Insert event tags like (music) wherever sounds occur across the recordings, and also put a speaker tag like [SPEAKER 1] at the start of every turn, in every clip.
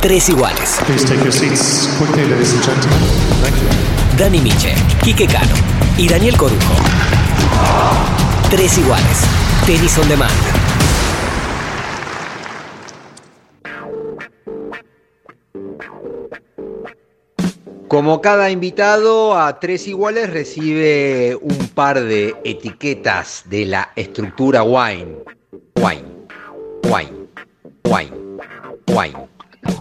[SPEAKER 1] tres iguales.
[SPEAKER 2] Please take your seats quickly, ladies and gentlemen. Thank you.
[SPEAKER 1] Dani Miche, Quique Cano y Daniel Corujo. Tres iguales. Tenis on demand.
[SPEAKER 3] Como cada invitado a tres iguales recibe un par de etiquetas de la estructura wine. Wine, wine, wine, wine.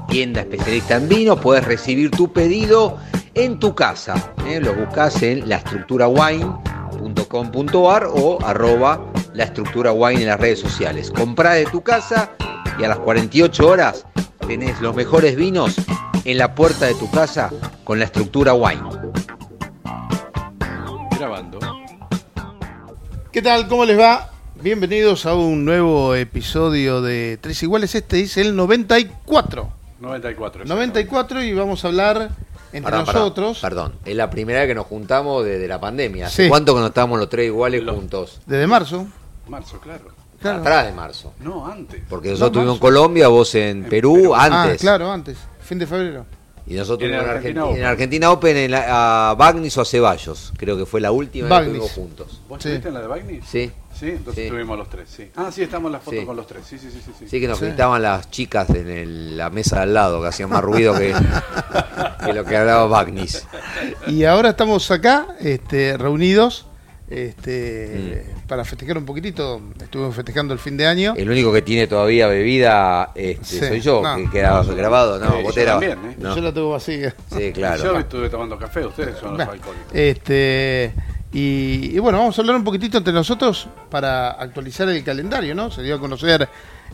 [SPEAKER 3] Tienda especialista en vino, puedes recibir tu pedido en tu casa. ¿eh? Lo buscas en laestructurawine.com.ar o arroba la estructura wine en las redes sociales. Comprá de tu casa y a las 48 horas tenés los mejores vinos en la puerta de tu casa con la estructura wine.
[SPEAKER 4] Grabando.
[SPEAKER 5] ¿Qué tal? ¿Cómo les va? Bienvenidos a un nuevo episodio de Tres Iguales. Este es el 94.
[SPEAKER 4] 94.
[SPEAKER 5] 94 y vamos a hablar entre
[SPEAKER 3] Pará, pará,
[SPEAKER 5] nosotros
[SPEAKER 3] perdón, es la primera vez que nos juntamos desde la pandemia. ¿Hace
[SPEAKER 5] Sí.
[SPEAKER 3] cuánto que no estábamos los tres iguales juntos?
[SPEAKER 5] desde marzo.
[SPEAKER 4] Marzo, claro.
[SPEAKER 5] Claro.
[SPEAKER 3] Atrás de marzo.
[SPEAKER 4] No, antes.
[SPEAKER 3] Porque
[SPEAKER 5] No,
[SPEAKER 3] nosotros estuvimos en
[SPEAKER 5] marzo.
[SPEAKER 3] Colombia, vos en
[SPEAKER 4] En
[SPEAKER 3] Perú,
[SPEAKER 4] Perú.
[SPEAKER 3] antes.
[SPEAKER 5] Ah, claro, antes. Fin de febrero.
[SPEAKER 3] Y nosotros
[SPEAKER 4] En
[SPEAKER 3] en,
[SPEAKER 4] Argentina
[SPEAKER 3] Argentina,
[SPEAKER 4] Open.
[SPEAKER 3] en Argentina Open en la- a Bagnis o a Ceballos. Creo que fue la última vez que
[SPEAKER 5] Bagnis.
[SPEAKER 3] estuvimos juntos.
[SPEAKER 4] ¿Vos
[SPEAKER 5] Sí.
[SPEAKER 4] estuviste en la de Bagni?
[SPEAKER 3] Sí.
[SPEAKER 4] Sí, entonces
[SPEAKER 3] Sí.
[SPEAKER 4] estuvimos los tres, sí. Ah, sí, estamos en la foto
[SPEAKER 3] Sí.
[SPEAKER 4] con los tres. Sí, sí, sí, sí. sí.
[SPEAKER 3] Sí, que nos
[SPEAKER 5] Sí.
[SPEAKER 3] gritaban las chicas en el- la mesa de al lado, que hacían más ruido que, que lo que hablaba Bagnis.
[SPEAKER 5] Y ahora estamos acá, este, reunidos, este, para festejar un poquitito. Estuvimos festejando el fin de año.
[SPEAKER 3] Mm. El único que tiene todavía bebida este,
[SPEAKER 5] Sí.
[SPEAKER 3] soy yo,
[SPEAKER 5] No.
[SPEAKER 3] que quedaba grabado. No,
[SPEAKER 4] Sí,
[SPEAKER 3] vos
[SPEAKER 4] yo
[SPEAKER 3] te grabás.
[SPEAKER 4] también, ¿eh?
[SPEAKER 3] No.
[SPEAKER 5] Yo la tengo vacía.
[SPEAKER 3] Sí,
[SPEAKER 4] Yo
[SPEAKER 3] claro.
[SPEAKER 4] estuve tomando café, ustedes son los
[SPEAKER 5] Bueno,
[SPEAKER 4] alcohólicos.
[SPEAKER 5] Este, y, y bueno, vamos a hablar un poquitito entre nosotros para actualizar el calendario, ¿no? Se dio a conocer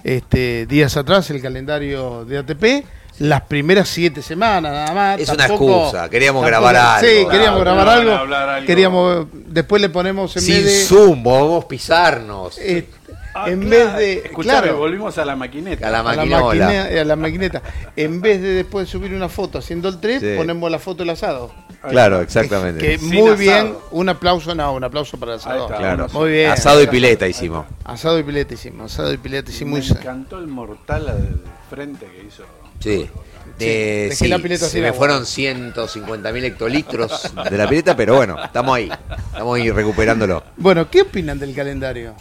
[SPEAKER 5] este, días atrás el calendario de ATP, las primeras siete semanas nada más.
[SPEAKER 3] Es una excusa, queríamos grabar
[SPEAKER 5] Sí,
[SPEAKER 3] algo.
[SPEAKER 5] queríamos
[SPEAKER 4] Claro,
[SPEAKER 5] grabar algo,
[SPEAKER 4] hablar algo.
[SPEAKER 5] Queríamos, después le ponemos en
[SPEAKER 3] Sin
[SPEAKER 5] vez de...
[SPEAKER 3] Zoom, vamos a pisarnos.
[SPEAKER 5] eh,
[SPEAKER 4] Ah,
[SPEAKER 5] en
[SPEAKER 4] claro.
[SPEAKER 5] vez de...
[SPEAKER 4] Escuchame,
[SPEAKER 5] claro,
[SPEAKER 4] volvimos a la maquineta.
[SPEAKER 3] A la
[SPEAKER 5] a la,
[SPEAKER 3] maquinola.
[SPEAKER 5] maquine- a la maquineta. En vez de después subir una foto haciendo el trip,
[SPEAKER 3] Sí.
[SPEAKER 5] ponemos la foto del asado.
[SPEAKER 3] Claro, exactamente.
[SPEAKER 5] Que
[SPEAKER 4] Sin
[SPEAKER 5] muy
[SPEAKER 4] asado.
[SPEAKER 5] bien, un aplauso, no, un aplauso para el
[SPEAKER 4] Ahí
[SPEAKER 5] asador.
[SPEAKER 4] está.
[SPEAKER 3] Claro.
[SPEAKER 5] Muy bien.
[SPEAKER 3] Asado y pileta hicimos.
[SPEAKER 5] Asado y pilete hicimos, asado y pilete
[SPEAKER 4] Me
[SPEAKER 5] hicimos.
[SPEAKER 4] encantó el mortal del frente que hizo.
[SPEAKER 3] Sí.
[SPEAKER 5] Sí,
[SPEAKER 3] Eh,
[SPEAKER 5] dejé
[SPEAKER 3] sí,
[SPEAKER 5] la pileta
[SPEAKER 3] se
[SPEAKER 5] sin
[SPEAKER 3] me
[SPEAKER 5] agua.
[SPEAKER 3] fueron 150 mil hectolitros (laughs) de la pileta, pero bueno, estamos ahí. Estamos ahí recuperándolo.
[SPEAKER 5] Bueno, ¿qué opinan del calendario?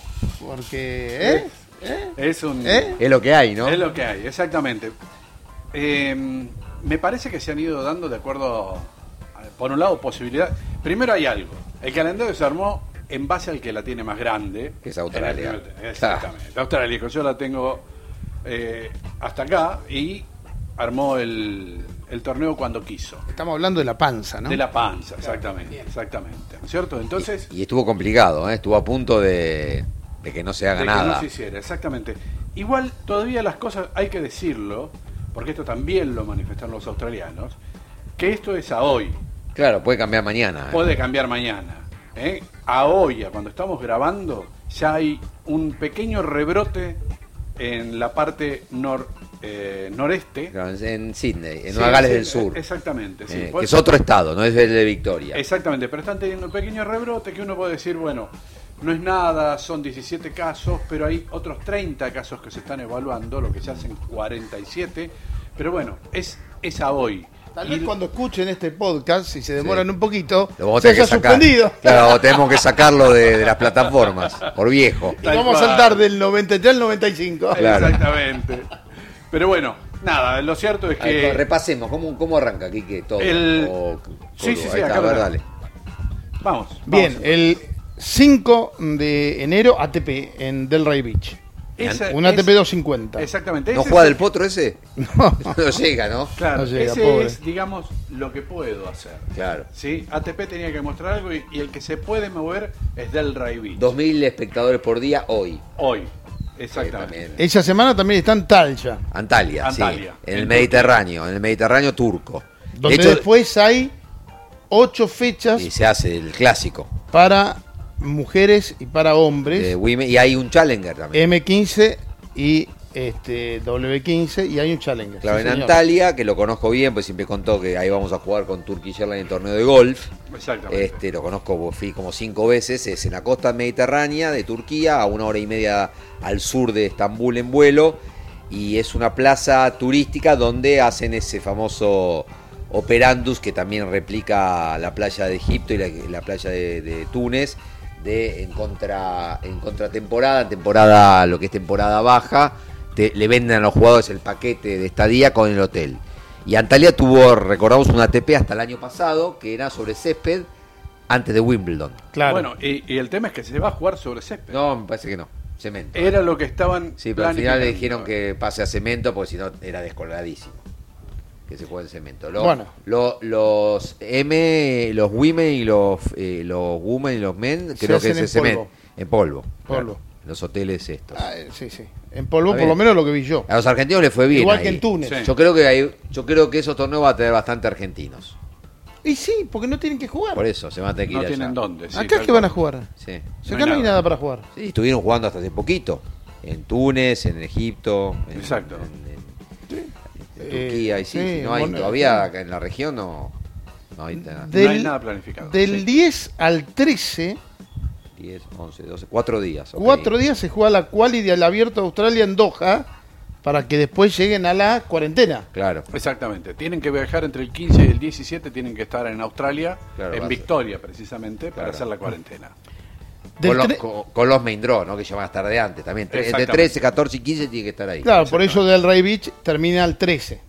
[SPEAKER 5] Porque, ¿eh? ¿Eh?
[SPEAKER 4] Es un...
[SPEAKER 5] ¿Eh?
[SPEAKER 3] Es lo que hay, ¿no?
[SPEAKER 4] Es lo que hay, exactamente. Eh, me parece que se han ido dando de acuerdo, a- por un lado, posibilidad. Primero hay algo. El calendario se armó en base al que la tiene más grande.
[SPEAKER 3] Que es Australia. Ah.
[SPEAKER 4] En el primer- Exactamente. Australia dijo, yo la tengo eh, hasta acá y armó el, el torneo cuando quiso.
[SPEAKER 5] Estamos hablando de la panza, ¿no?
[SPEAKER 4] De la panza, exactamente. Exactamente. ¿no es ¿Cierto? Entonces...
[SPEAKER 3] Y estuvo complicado, ¿eh? estuvo a punto de, de que no se haga
[SPEAKER 4] de que no
[SPEAKER 3] nada.
[SPEAKER 4] se hiciera, exactamente. Igual todavía las cosas, hay que decirlo, porque esto también lo manifestaron los australianos, que esto es a hoy,
[SPEAKER 3] Claro, puede cambiar mañana. ¿eh?
[SPEAKER 4] puede cambiar mañana. ¿eh? A hoy, a cuando estamos grabando, ya hay un pequeño rebrote en la parte nor- eh, noreste.
[SPEAKER 3] Claro, en- En Sydney, en
[SPEAKER 4] Sí,
[SPEAKER 3] Nueva Gales
[SPEAKER 4] sí,
[SPEAKER 3] del Sur.
[SPEAKER 4] Exactamente, sí.
[SPEAKER 3] eh,
[SPEAKER 4] Por
[SPEAKER 3] que es
[SPEAKER 4] eso-
[SPEAKER 3] otro estado, no es el de Victoria.
[SPEAKER 4] Exactamente, pero están teniendo un pequeño rebrote que uno puede decir, bueno, no es nada, son 17 casos, pero hay otros 30 casos que se están evaluando, lo que se hacen 47, pero bueno, es, es a hoy.
[SPEAKER 5] Tal
[SPEAKER 4] Y-
[SPEAKER 5] vez cuando escuchen este podcast, si se demoran
[SPEAKER 3] Sí.
[SPEAKER 5] un poquito,
[SPEAKER 3] Lo vamos a
[SPEAKER 5] se
[SPEAKER 3] tener
[SPEAKER 5] haya
[SPEAKER 3] que sacar.
[SPEAKER 5] suspendido.
[SPEAKER 3] (laughs) Claro, tenemos que sacarlo de, de las plataformas, por viejo.
[SPEAKER 5] Y
[SPEAKER 4] Tal
[SPEAKER 5] vamos a
[SPEAKER 4] cual.
[SPEAKER 5] saltar del 93 al 95.
[SPEAKER 3] Claro.
[SPEAKER 4] Exactamente. Pero bueno, nada, lo cierto es
[SPEAKER 3] A ver,
[SPEAKER 4] que...
[SPEAKER 3] repasemos, ¿cómo, cómo arranca, Quique? Todo.
[SPEAKER 4] El-
[SPEAKER 3] O-
[SPEAKER 4] Sí, sí, sí,
[SPEAKER 3] ahí está,
[SPEAKER 4] acá
[SPEAKER 3] a ver,
[SPEAKER 4] lo-
[SPEAKER 3] dale.
[SPEAKER 4] Vamos, vamos.
[SPEAKER 5] Bien, eh, el 5 de enero, ATP en Delray Beach.
[SPEAKER 4] Esa-
[SPEAKER 5] Un
[SPEAKER 4] Eh, es-
[SPEAKER 5] ATP 250. (laughs)
[SPEAKER 4] Exactamente.
[SPEAKER 3] ¿No
[SPEAKER 4] ese
[SPEAKER 3] juega
[SPEAKER 4] es-
[SPEAKER 3] del potro ese? (laughs) No llega, ¿no?
[SPEAKER 4] Claro,
[SPEAKER 5] No llega,
[SPEAKER 4] ese
[SPEAKER 5] pobre.
[SPEAKER 4] es, digamos, lo que puedo hacer.
[SPEAKER 3] Claro.
[SPEAKER 4] ¿sí? ATP tenía que mostrar algo y, y el que se puede mover es del Ray Beach.
[SPEAKER 3] 2.000 espectadores por día hoy. eh,
[SPEAKER 4] Hoy, exactamente.
[SPEAKER 3] Exactamente.
[SPEAKER 5] Esa semana también está en Talja,
[SPEAKER 3] Antalya,
[SPEAKER 4] Antalya.
[SPEAKER 3] sí. En el
[SPEAKER 4] En
[SPEAKER 3] Mediterráneo, en el Mediterráneo turco. De
[SPEAKER 5] donde
[SPEAKER 3] hecho,
[SPEAKER 5] después hay ocho fechas
[SPEAKER 3] y se hace el clásico.
[SPEAKER 5] para mujeres y para hombres.
[SPEAKER 3] de Women, y hay un Challenger también.
[SPEAKER 5] Em- M15 y este W15 y hay un Challenger.
[SPEAKER 3] claro,
[SPEAKER 5] sí,
[SPEAKER 3] en
[SPEAKER 5] señor.
[SPEAKER 3] Antalya, que lo conozco bien, pues siempre contó que ahí vamos a jugar con Turkish Airlines en el torneo de golf.
[SPEAKER 4] Exactamente.
[SPEAKER 3] Este, lo conozco, fui como cinco veces, es en la costa mediterránea de Turquía, a una hora y media al sur de Estambul en vuelo. y es una plaza turística donde hacen ese famoso operandus que también replica la playa de Egipto y la, la playa de, de Túnez de en contra en contratemporada, en temporada lo que es temporada baja, te- le venden a los jugadores el paquete de estadía con el hotel. Y Antalya tuvo, recordamos, una ATP hasta el año pasado que era sobre césped antes de Wimbledon.
[SPEAKER 5] Claro.
[SPEAKER 4] Bueno, y, y el tema es que se va a jugar sobre césped.
[SPEAKER 3] No, me parece que no,
[SPEAKER 5] Eh,
[SPEAKER 3] cemento.
[SPEAKER 4] Era lo que estaban.
[SPEAKER 3] Sí, pero al final le dijeron
[SPEAKER 4] planificando.
[SPEAKER 3] que pase a cemento porque si no era descolgadísimo. Que se juegue en cemento. Lo-
[SPEAKER 5] Bueno.
[SPEAKER 3] lo- los M, los women y los, eh, los women y los men,
[SPEAKER 5] Se
[SPEAKER 3] creo que es en
[SPEAKER 5] hacen en
[SPEAKER 3] cemento.
[SPEAKER 5] polvo.
[SPEAKER 3] En polvo.
[SPEAKER 5] Polvo.
[SPEAKER 3] claro. En Los hoteles estos.
[SPEAKER 5] Ah, eh, sí, sí. En polvo,
[SPEAKER 3] Está
[SPEAKER 5] por lo
[SPEAKER 3] bien. Ah.
[SPEAKER 5] menos lo que vi yo.
[SPEAKER 3] A los argentinos les fue bien.
[SPEAKER 5] Igual que
[SPEAKER 3] ahí.
[SPEAKER 5] en Túnez.
[SPEAKER 4] Sí.
[SPEAKER 3] Yo creo que ahí- yo creo que esos torneos van a tener bastante argentinos.
[SPEAKER 5] Y sí, porque no tienen que jugar.
[SPEAKER 3] Por eso se van a tener que
[SPEAKER 4] No
[SPEAKER 3] ir allá.
[SPEAKER 4] tienen dónde. sí,
[SPEAKER 5] Acá
[SPEAKER 4] tal
[SPEAKER 5] es que van a
[SPEAKER 4] cual.
[SPEAKER 5] jugar.
[SPEAKER 3] Sí.
[SPEAKER 5] Si acá no hay nada para jugar.
[SPEAKER 3] Sí, estuvieron jugando hasta hace poquito. En Túnez, en Egipto, en,
[SPEAKER 4] Exacto.
[SPEAKER 3] en- en- en Turquía,
[SPEAKER 5] Eh,
[SPEAKER 3] y sí,
[SPEAKER 5] sí,
[SPEAKER 3] no hay
[SPEAKER 5] bueno,
[SPEAKER 3] todavía
[SPEAKER 5] sí.
[SPEAKER 3] acá en la región no, no hay nada.
[SPEAKER 5] De-
[SPEAKER 4] No hay
[SPEAKER 5] Del-
[SPEAKER 4] nada planificado.
[SPEAKER 5] Del
[SPEAKER 4] sí.
[SPEAKER 5] 10 al 13,
[SPEAKER 3] 10, 11, 12, 4 días. ok.
[SPEAKER 5] cuatro días se juega la quali del Abierto de Australia en Doha para que después lleguen a la cuarentena.
[SPEAKER 3] Claro.
[SPEAKER 4] Exactamente. Tienen que viajar entre el 15 y el 17. Tienen que estar en Australia,
[SPEAKER 3] Claro, va
[SPEAKER 4] en
[SPEAKER 3] a
[SPEAKER 4] Victoria, precisamente, para
[SPEAKER 3] Claro.
[SPEAKER 4] hacer la cuarentena.
[SPEAKER 5] Del
[SPEAKER 3] Con los,
[SPEAKER 5] tre-
[SPEAKER 3] con, con los main draw, ¿no? Que ya van a estar de antes también. Tre- Entre
[SPEAKER 4] Exactamente.
[SPEAKER 3] 13, 14 y 15 tiene que estar ahí.
[SPEAKER 5] claro, por eso del Ray Beach termina al 13,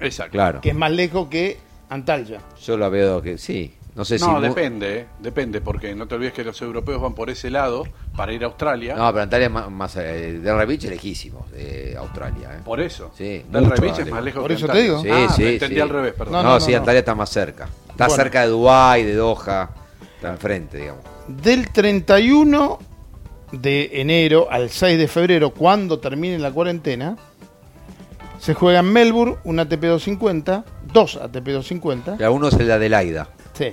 [SPEAKER 4] Exacto.
[SPEAKER 3] Claro.
[SPEAKER 5] que es más lejos que Antalya.
[SPEAKER 3] Yo lo veo que sí. No sé si.
[SPEAKER 4] No,
[SPEAKER 3] mu-
[SPEAKER 4] depende, eh, depende, porque no te olvides que los europeos van por ese lado para ir a Australia.
[SPEAKER 3] No, pero Antalya es más. más eh, Delray Beach es lejísimo de Australia. ¿eh?
[SPEAKER 4] Por eso.
[SPEAKER 3] Sí,
[SPEAKER 4] Del
[SPEAKER 3] mucho
[SPEAKER 4] revés es
[SPEAKER 3] más
[SPEAKER 4] más lejos
[SPEAKER 5] Por
[SPEAKER 4] que
[SPEAKER 5] eso te
[SPEAKER 4] Antalya.
[SPEAKER 5] digo.
[SPEAKER 3] Sí,
[SPEAKER 4] Ah,
[SPEAKER 3] sí,
[SPEAKER 4] me entendí
[SPEAKER 3] sí.
[SPEAKER 4] al revés, perdón.
[SPEAKER 3] No,
[SPEAKER 5] No, no,
[SPEAKER 3] sí,
[SPEAKER 5] no.
[SPEAKER 3] Antalya está más cerca. Está
[SPEAKER 5] Bueno.
[SPEAKER 3] cerca de Dubái, de Doha. Está enfrente, digamos.
[SPEAKER 5] Del 31 de enero al 6 de febrero, cuando termine la cuarentena, se juega en Melbourne un ATP 250, dos ATP 250.
[SPEAKER 3] La uno es el de Adelaida.
[SPEAKER 5] Sí.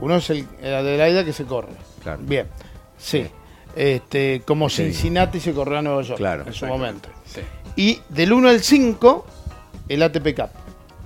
[SPEAKER 5] Uno es el, el Adelaida que se corre.
[SPEAKER 3] Claro.
[SPEAKER 5] Bien. Sí. Este, como Cincinnati se corrió a Nueva York
[SPEAKER 3] Claro.
[SPEAKER 5] en su momento.
[SPEAKER 4] Sí.
[SPEAKER 5] Y del 1 al 5, el ATP Cup.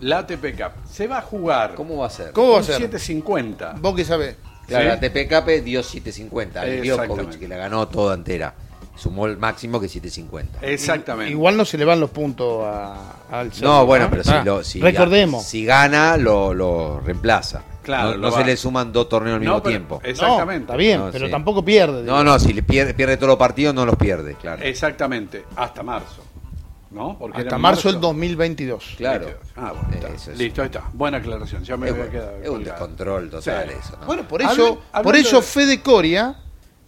[SPEAKER 4] La ATP Cup se va a jugar
[SPEAKER 3] ¿Cómo va a ser?
[SPEAKER 5] ¿Cómo va a
[SPEAKER 4] un
[SPEAKER 5] ser?
[SPEAKER 4] 750.
[SPEAKER 5] Vos que sabés.
[SPEAKER 3] Claro,
[SPEAKER 4] Sí.
[SPEAKER 3] la TPKP dio 750 al Djokovic,
[SPEAKER 4] Exactamente.
[SPEAKER 3] que la ganó toda entera. Sumó el máximo que 750.
[SPEAKER 4] Exactamente.
[SPEAKER 5] Igual no se le van los puntos a- al segundo,
[SPEAKER 3] No, bueno, pero si,
[SPEAKER 5] Ah,
[SPEAKER 3] lo, si,
[SPEAKER 5] Recordemos.
[SPEAKER 3] si gana, lo, lo reemplaza.
[SPEAKER 4] Claro,
[SPEAKER 3] no
[SPEAKER 4] lo
[SPEAKER 3] no se
[SPEAKER 4] va.
[SPEAKER 3] le suman dos torneos al
[SPEAKER 4] No,
[SPEAKER 3] mismo
[SPEAKER 4] pero-
[SPEAKER 3] tiempo.
[SPEAKER 4] es-
[SPEAKER 5] No,
[SPEAKER 4] Exactamente.
[SPEAKER 5] está bien,
[SPEAKER 3] No,
[SPEAKER 5] pero
[SPEAKER 3] sí.
[SPEAKER 5] tampoco pierde.
[SPEAKER 3] No, no, si le pierde, pierde todos los partidos, no los pierde, claro.
[SPEAKER 4] Exactamente, hasta marzo. ¿No? Porque era
[SPEAKER 5] Hasta
[SPEAKER 4] en
[SPEAKER 5] marzo del 2022.
[SPEAKER 3] claro.
[SPEAKER 4] Ah, bueno, está.
[SPEAKER 3] Eso es-
[SPEAKER 4] Listo, ahí está. Buena aclaración. Ya me
[SPEAKER 3] Es
[SPEAKER 4] había
[SPEAKER 3] un-
[SPEAKER 4] quedado.
[SPEAKER 3] es un
[SPEAKER 4] colgado.
[SPEAKER 3] descontrol total
[SPEAKER 4] Sí.
[SPEAKER 3] eso, ¿no?
[SPEAKER 5] Bueno, por
[SPEAKER 4] Hablen-
[SPEAKER 5] eso, por
[SPEAKER 4] hablando
[SPEAKER 5] eso
[SPEAKER 4] de-
[SPEAKER 5] Fede Coria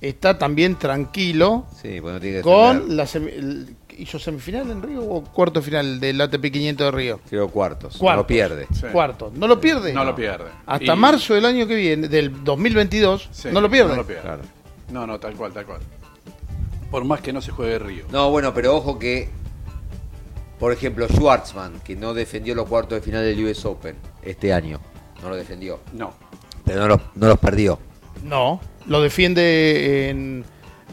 [SPEAKER 5] está también tranquilo
[SPEAKER 3] Sí, bueno, tiene que
[SPEAKER 5] con
[SPEAKER 3] defender.
[SPEAKER 5] la semi- el- hizo semifinal en Río o cuarto final del ATP 500 de Río.
[SPEAKER 3] Creo cuartos.
[SPEAKER 5] Cuartos.
[SPEAKER 3] No pierde.
[SPEAKER 4] Sí.
[SPEAKER 5] Cuarto, no lo pierde.
[SPEAKER 4] No lo pierde.
[SPEAKER 5] Hasta
[SPEAKER 4] Y-
[SPEAKER 5] marzo del año que viene, del 2022,
[SPEAKER 4] Sí,
[SPEAKER 5] no lo pierde.
[SPEAKER 4] No,
[SPEAKER 3] Claro.
[SPEAKER 4] no, no, tal cual, tal cual. Por más que no se juegue Río.
[SPEAKER 3] No, bueno, pero ojo que, por ejemplo, Schwartzman, que no defendió los cuartos de final del US Open este año, no lo defendió,
[SPEAKER 4] No.
[SPEAKER 3] pero no los, no los perdió.
[SPEAKER 5] No, lo defiende en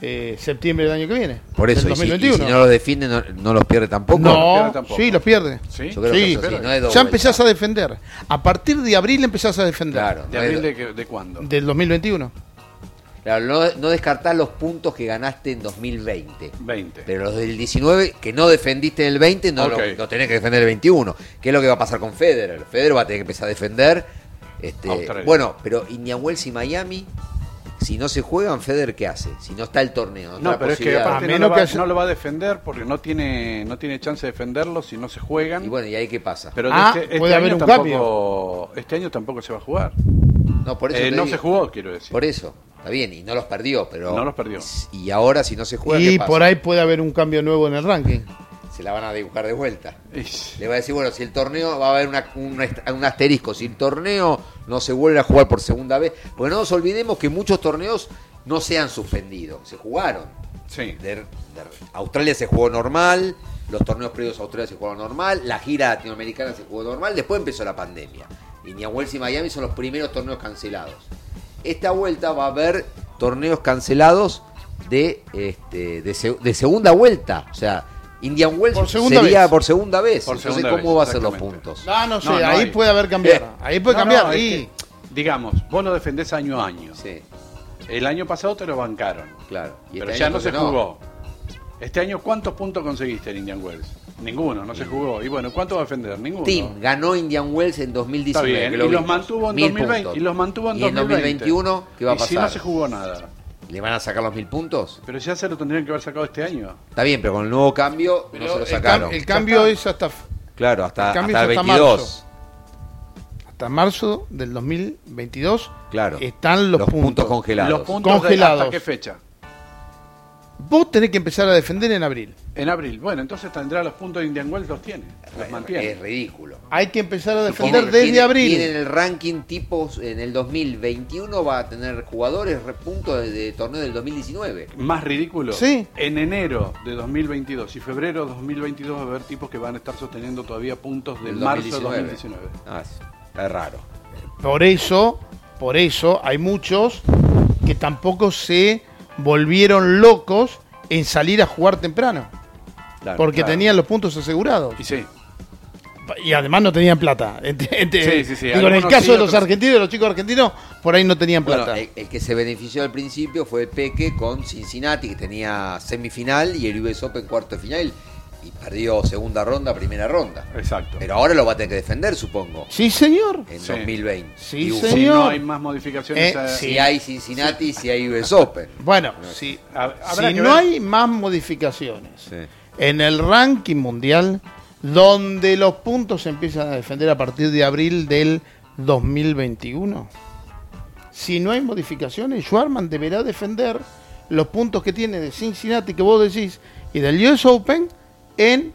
[SPEAKER 5] eh, septiembre del año que viene.
[SPEAKER 3] Por eso,
[SPEAKER 5] del
[SPEAKER 3] y si, y
[SPEAKER 5] 2021.
[SPEAKER 3] si no los defiende, no, no los pierde tampoco.
[SPEAKER 5] no,
[SPEAKER 4] pierde tampoco.
[SPEAKER 5] sí, los pierde.
[SPEAKER 4] ¿Sí?
[SPEAKER 3] Yo creo
[SPEAKER 5] Sí,
[SPEAKER 3] que eso sí,
[SPEAKER 5] pero
[SPEAKER 3] no es doble.
[SPEAKER 5] ya empezás a defender. A partir de abril empezás a defender.
[SPEAKER 3] Claro,
[SPEAKER 4] ¿De
[SPEAKER 3] no, es-
[SPEAKER 4] abril de, que- de cuándo?
[SPEAKER 5] Del 2021.
[SPEAKER 3] claro, no, no descartás los puntos que ganaste en 2020.
[SPEAKER 4] 20.
[SPEAKER 3] Pero los del 19, que no defendiste en el 20, no, lo-
[SPEAKER 4] Este. Ok.
[SPEAKER 3] lo tenés que defender el 21. ¿Qué es lo que va a pasar con Federer? Federer va a tener que empezar a defender. Este,
[SPEAKER 4] Australia.
[SPEAKER 3] bueno, pero Indian Wells y Miami, si no se juegan, Federer, ¿qué hace? Si no está el torneo. No, está
[SPEAKER 4] No,
[SPEAKER 3] la
[SPEAKER 4] pero es que
[SPEAKER 3] posibilidad.
[SPEAKER 4] aparte
[SPEAKER 5] A
[SPEAKER 4] no
[SPEAKER 5] menos
[SPEAKER 4] lo, va,
[SPEAKER 5] que haya-
[SPEAKER 4] no lo va a defender porque no tiene, no tiene chance de defenderlo si no se juegan.
[SPEAKER 3] Y bueno, ¿y ahí qué pasa?
[SPEAKER 4] pero
[SPEAKER 5] Ah,
[SPEAKER 4] este, este
[SPEAKER 5] puede
[SPEAKER 4] año
[SPEAKER 5] haber un
[SPEAKER 4] tampoco, este año tampoco se va a jugar.
[SPEAKER 3] no, por eso
[SPEAKER 4] Eh,
[SPEAKER 3] te
[SPEAKER 4] no
[SPEAKER 3] digo-
[SPEAKER 4] se jugó, quiero decir.
[SPEAKER 3] Por eso, está bien, y no los perdió, pero.
[SPEAKER 4] No los perdió.
[SPEAKER 3] Y ahora, si no se juega,
[SPEAKER 5] Y
[SPEAKER 3] ¿qué pasa?
[SPEAKER 5] por ahí puede haber un cambio nuevo en el ranking.
[SPEAKER 3] Se la van a dibujar de vuelta.
[SPEAKER 4] Ish.
[SPEAKER 3] Le va a decir, bueno, si el torneo va a haber una- un, est- un asterisco, si el torneo no se vuelve a jugar por segunda vez, porque no nos olvidemos que muchos torneos no se han suspendido, se jugaron.
[SPEAKER 4] Sí.
[SPEAKER 3] De- de- Australia se jugó normal, los torneos previos a Australia se jugaron normal, la gira latinoamericana se jugó normal, después empezó la pandemia. Y New Wells y Miami son los primeros torneos cancelados. Esta vuelta va a haber torneos cancelados de, este, de, se- de segunda vuelta, o sea, Indian Wells
[SPEAKER 5] Por segunda
[SPEAKER 3] sería
[SPEAKER 5] vez.
[SPEAKER 3] por segunda vez.
[SPEAKER 4] Por
[SPEAKER 3] Entonces,
[SPEAKER 4] segunda
[SPEAKER 3] ¿cómo
[SPEAKER 4] vez,
[SPEAKER 3] va a ser los
[SPEAKER 4] exactamente.
[SPEAKER 3] puntos?
[SPEAKER 5] No, no sé,
[SPEAKER 4] No, no
[SPEAKER 5] ahí
[SPEAKER 4] hay.
[SPEAKER 5] puede haber cambiar.
[SPEAKER 3] Eh.
[SPEAKER 5] Ahí puede
[SPEAKER 4] No,
[SPEAKER 5] cambiar.
[SPEAKER 4] no, es
[SPEAKER 5] y-
[SPEAKER 4] que, digamos, vos lo defendés año a año.
[SPEAKER 3] Sí,
[SPEAKER 4] El año pasado te lo bancaron.
[SPEAKER 3] claro. Y
[SPEAKER 4] pero
[SPEAKER 3] este
[SPEAKER 4] ya
[SPEAKER 3] año
[SPEAKER 4] no se
[SPEAKER 3] creo que
[SPEAKER 4] jugó. Este año, ¿cuántos puntos conseguiste en Indian Wells? Ninguno, no se jugó. Y bueno, ¿cuánto va a defender? Ninguno.
[SPEAKER 3] Team ganó Indian Wells en 2019.
[SPEAKER 4] Está bien,
[SPEAKER 3] que lo
[SPEAKER 4] y los
[SPEAKER 3] vimos.
[SPEAKER 4] mantuvo en
[SPEAKER 3] Mil
[SPEAKER 4] 2020,
[SPEAKER 3] puntos.
[SPEAKER 4] y los mantuvo en
[SPEAKER 3] Y en
[SPEAKER 4] 2020.
[SPEAKER 3] 2021, ¿qué va a
[SPEAKER 4] Y si no
[SPEAKER 3] pasar?
[SPEAKER 4] se jugó nada.
[SPEAKER 3] ¿Le van a sacar los mil puntos?
[SPEAKER 4] Pero ya se lo tendrían que haber sacado este año.
[SPEAKER 3] Está bien, pero con el nuevo cambio
[SPEAKER 5] Pero
[SPEAKER 3] no se lo
[SPEAKER 5] el cam-
[SPEAKER 3] sacaron.
[SPEAKER 5] El, cambio es hasta,
[SPEAKER 3] claro, hasta
[SPEAKER 5] el
[SPEAKER 3] el,
[SPEAKER 5] cambio
[SPEAKER 3] hasta el
[SPEAKER 5] es hasta
[SPEAKER 3] 22.
[SPEAKER 5] hasta marzo del 2022.
[SPEAKER 3] Claro.
[SPEAKER 5] Están los,
[SPEAKER 3] Los puntos congelados.
[SPEAKER 5] congelados.
[SPEAKER 4] Los puntos de-
[SPEAKER 5] Congelados.
[SPEAKER 4] ¿Hasta qué fecha?
[SPEAKER 5] Vos tenés que empezar a defender en abril.
[SPEAKER 4] En abril. Bueno, entonces tendrá los puntos de Indian Wells, los tiene. Los mantiene.
[SPEAKER 3] Es ridículo.
[SPEAKER 5] Hay que empezar a
[SPEAKER 3] Tienen-
[SPEAKER 5] defender desde
[SPEAKER 3] tienen-
[SPEAKER 5] abril.
[SPEAKER 3] Tienen el ranking tipos en el 2021, va a tener jugadores re- puntos de, de torneo del 2019.
[SPEAKER 4] Más ridículo.
[SPEAKER 5] Sí.
[SPEAKER 4] En enero de 2022 y febrero de 2022 va a haber tipos que van a estar sosteniendo todavía puntos de
[SPEAKER 3] Del
[SPEAKER 4] marzo de
[SPEAKER 3] 2019.
[SPEAKER 4] 2019.
[SPEAKER 3] Ah, es, es raro.
[SPEAKER 5] Por eso, por eso hay muchos que tampoco se volvieron locos en salir a jugar temprano.
[SPEAKER 3] Claro,
[SPEAKER 5] Porque
[SPEAKER 3] claro.
[SPEAKER 5] tenían los puntos asegurados.
[SPEAKER 4] Y sí.
[SPEAKER 5] Y además no tenían plata. (laughs) Ent- ent-
[SPEAKER 4] Sí, sí, sí.
[SPEAKER 5] Digo, en el
[SPEAKER 4] Algunos
[SPEAKER 5] caso
[SPEAKER 4] sí,
[SPEAKER 5] de los
[SPEAKER 4] otros- eh,
[SPEAKER 5] argentinos, de los chicos argentinos, por ahí no tenían
[SPEAKER 3] Bueno,
[SPEAKER 5] plata.
[SPEAKER 3] el, el que se benefició al principio fue Peque con Cincinnati, que tenía semifinal y el US Open cuarto de final y perdió segunda ronda, primera ronda.
[SPEAKER 4] Exacto.
[SPEAKER 3] Pero ahora lo va a tener que defender, supongo,
[SPEAKER 5] sí, señor.
[SPEAKER 3] en
[SPEAKER 4] Sí.
[SPEAKER 3] 2020.
[SPEAKER 5] Sí,
[SPEAKER 3] Y
[SPEAKER 5] señor.
[SPEAKER 4] Si no hay más modificaciones.
[SPEAKER 5] Eh,
[SPEAKER 4] a-
[SPEAKER 5] sí.
[SPEAKER 3] Si hay Cincinnati, si hay US Open.
[SPEAKER 5] Bueno, si,
[SPEAKER 4] Ha- eh, habrá
[SPEAKER 5] si
[SPEAKER 4] que ver.
[SPEAKER 5] no hay más modificaciones en el ranking mundial, donde los puntos se empiezan a defender a partir de abril del 2021, si no hay modificaciones, Schwarman deberá defender los puntos que tiene de Cincinnati, que vos decís, y del US Open en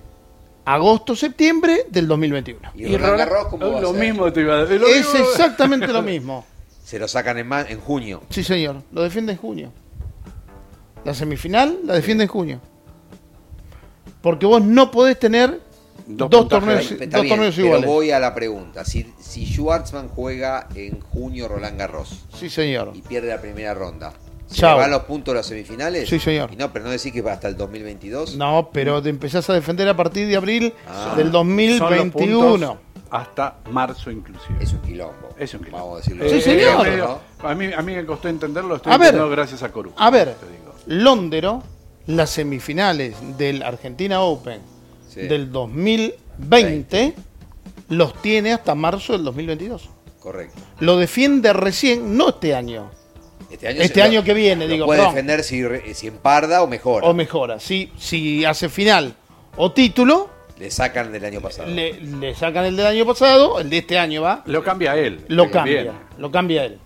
[SPEAKER 5] agosto-septiemroseptiembre del 2021.
[SPEAKER 3] Y, Roland Garros, ¿cómo va a
[SPEAKER 4] lo
[SPEAKER 3] ser?
[SPEAKER 4] mismo te iba a decir. lo
[SPEAKER 5] Es
[SPEAKER 4] mismo-
[SPEAKER 5] exactamente lo mismo.
[SPEAKER 3] Se lo sacan en, ma- en junio.
[SPEAKER 5] Sí, señor. Lo defiende en junio. La semifinal la defiende en junio. Porque vos no podés tener dos,
[SPEAKER 4] Dos
[SPEAKER 5] torneos,
[SPEAKER 4] puntajes.
[SPEAKER 5] dos
[SPEAKER 3] Está bien,
[SPEAKER 5] torneos
[SPEAKER 3] pero
[SPEAKER 5] iguales.
[SPEAKER 3] voy a la pregunta. Si, si Schwartzman juega en junio Roland Garros
[SPEAKER 5] Sí, señor.
[SPEAKER 3] y pierde la primera ronda, ¿se
[SPEAKER 5] Chao.
[SPEAKER 3] le van los puntos a las semifinales?
[SPEAKER 5] Sí, señor.
[SPEAKER 3] Y no, pero no decir que va hasta el 2022.
[SPEAKER 5] No, pero te empezás a defender a partir de abril
[SPEAKER 3] Ah.
[SPEAKER 4] Son
[SPEAKER 5] del
[SPEAKER 4] los
[SPEAKER 5] 2021.
[SPEAKER 4] puntos Hasta marzo inclusive.
[SPEAKER 3] Es un quilombo.
[SPEAKER 4] Es un quilombo.
[SPEAKER 3] Vamos a decirlo.
[SPEAKER 5] Sí,
[SPEAKER 4] Eh,
[SPEAKER 5] señor.
[SPEAKER 4] eh,
[SPEAKER 3] ¿no?
[SPEAKER 4] a, mí, a mí me costó entenderlo, estoy
[SPEAKER 5] A ver.
[SPEAKER 4] entendiendo gracias a Coru.
[SPEAKER 5] A ver,
[SPEAKER 4] te digo.
[SPEAKER 5] Londero, las semifinales del Argentina Open
[SPEAKER 3] Sí.
[SPEAKER 5] del 2020 los tiene hasta marzo del 2022.
[SPEAKER 3] Correcto.
[SPEAKER 5] Lo defiende recién, no este año.
[SPEAKER 3] Este año,
[SPEAKER 5] Este año que viene,
[SPEAKER 3] lo
[SPEAKER 5] digo,
[SPEAKER 3] Puede
[SPEAKER 5] perdón.
[SPEAKER 3] defender si, re- si emparda o mejor.
[SPEAKER 5] o mejora. Si, si hace final o título,
[SPEAKER 3] Le sacan del año pasado.
[SPEAKER 5] le, le sacan el del año pasado, el de este año va,
[SPEAKER 4] Lo cambia él.
[SPEAKER 5] lo
[SPEAKER 4] que
[SPEAKER 5] cambia,
[SPEAKER 4] viene.
[SPEAKER 5] lo cambia él.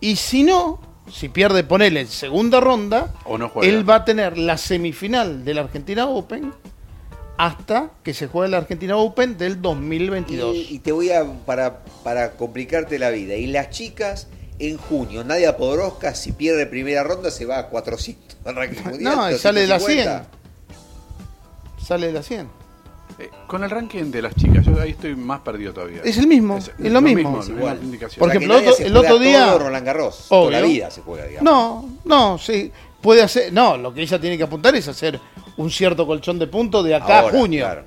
[SPEAKER 5] Y si no, si pierde, ponele en segunda ronda,
[SPEAKER 4] O no juega.
[SPEAKER 5] él va a tener la semifinal de la Argentina Open hasta que se juegue la Argentina Open del
[SPEAKER 3] Y,
[SPEAKER 5] 2022.
[SPEAKER 3] y te voy a. Para, para complicarte la vida. Y las chicas. En junio, Nadia Podoroska, si pierde primera ronda, se va a (laughs) 400 al ranking mundial,
[SPEAKER 5] No, y sale de la
[SPEAKER 3] 250.
[SPEAKER 5] 100. Sale de la 100.
[SPEAKER 4] Eh, con el ranking de las chicas, yo ahí estoy más perdido todavía.
[SPEAKER 5] Es el mismo, es lo mismo.
[SPEAKER 4] la misma
[SPEAKER 3] Igual.
[SPEAKER 4] indicación.
[SPEAKER 5] Por
[SPEAKER 3] O sea, que
[SPEAKER 5] ejemplo,
[SPEAKER 3] nadie
[SPEAKER 5] otro-
[SPEAKER 3] se
[SPEAKER 5] el
[SPEAKER 3] juega
[SPEAKER 5] otro día-
[SPEAKER 3] todo Roland Garros, toda la
[SPEAKER 5] Obvio.
[SPEAKER 3] vida se juega, digamos.
[SPEAKER 5] No, no, sí. Puede hacer. No, lo que ella tiene que apuntar es hacer un cierto colchón de puntos de acá
[SPEAKER 3] Ahora,
[SPEAKER 5] a junio.
[SPEAKER 3] claro.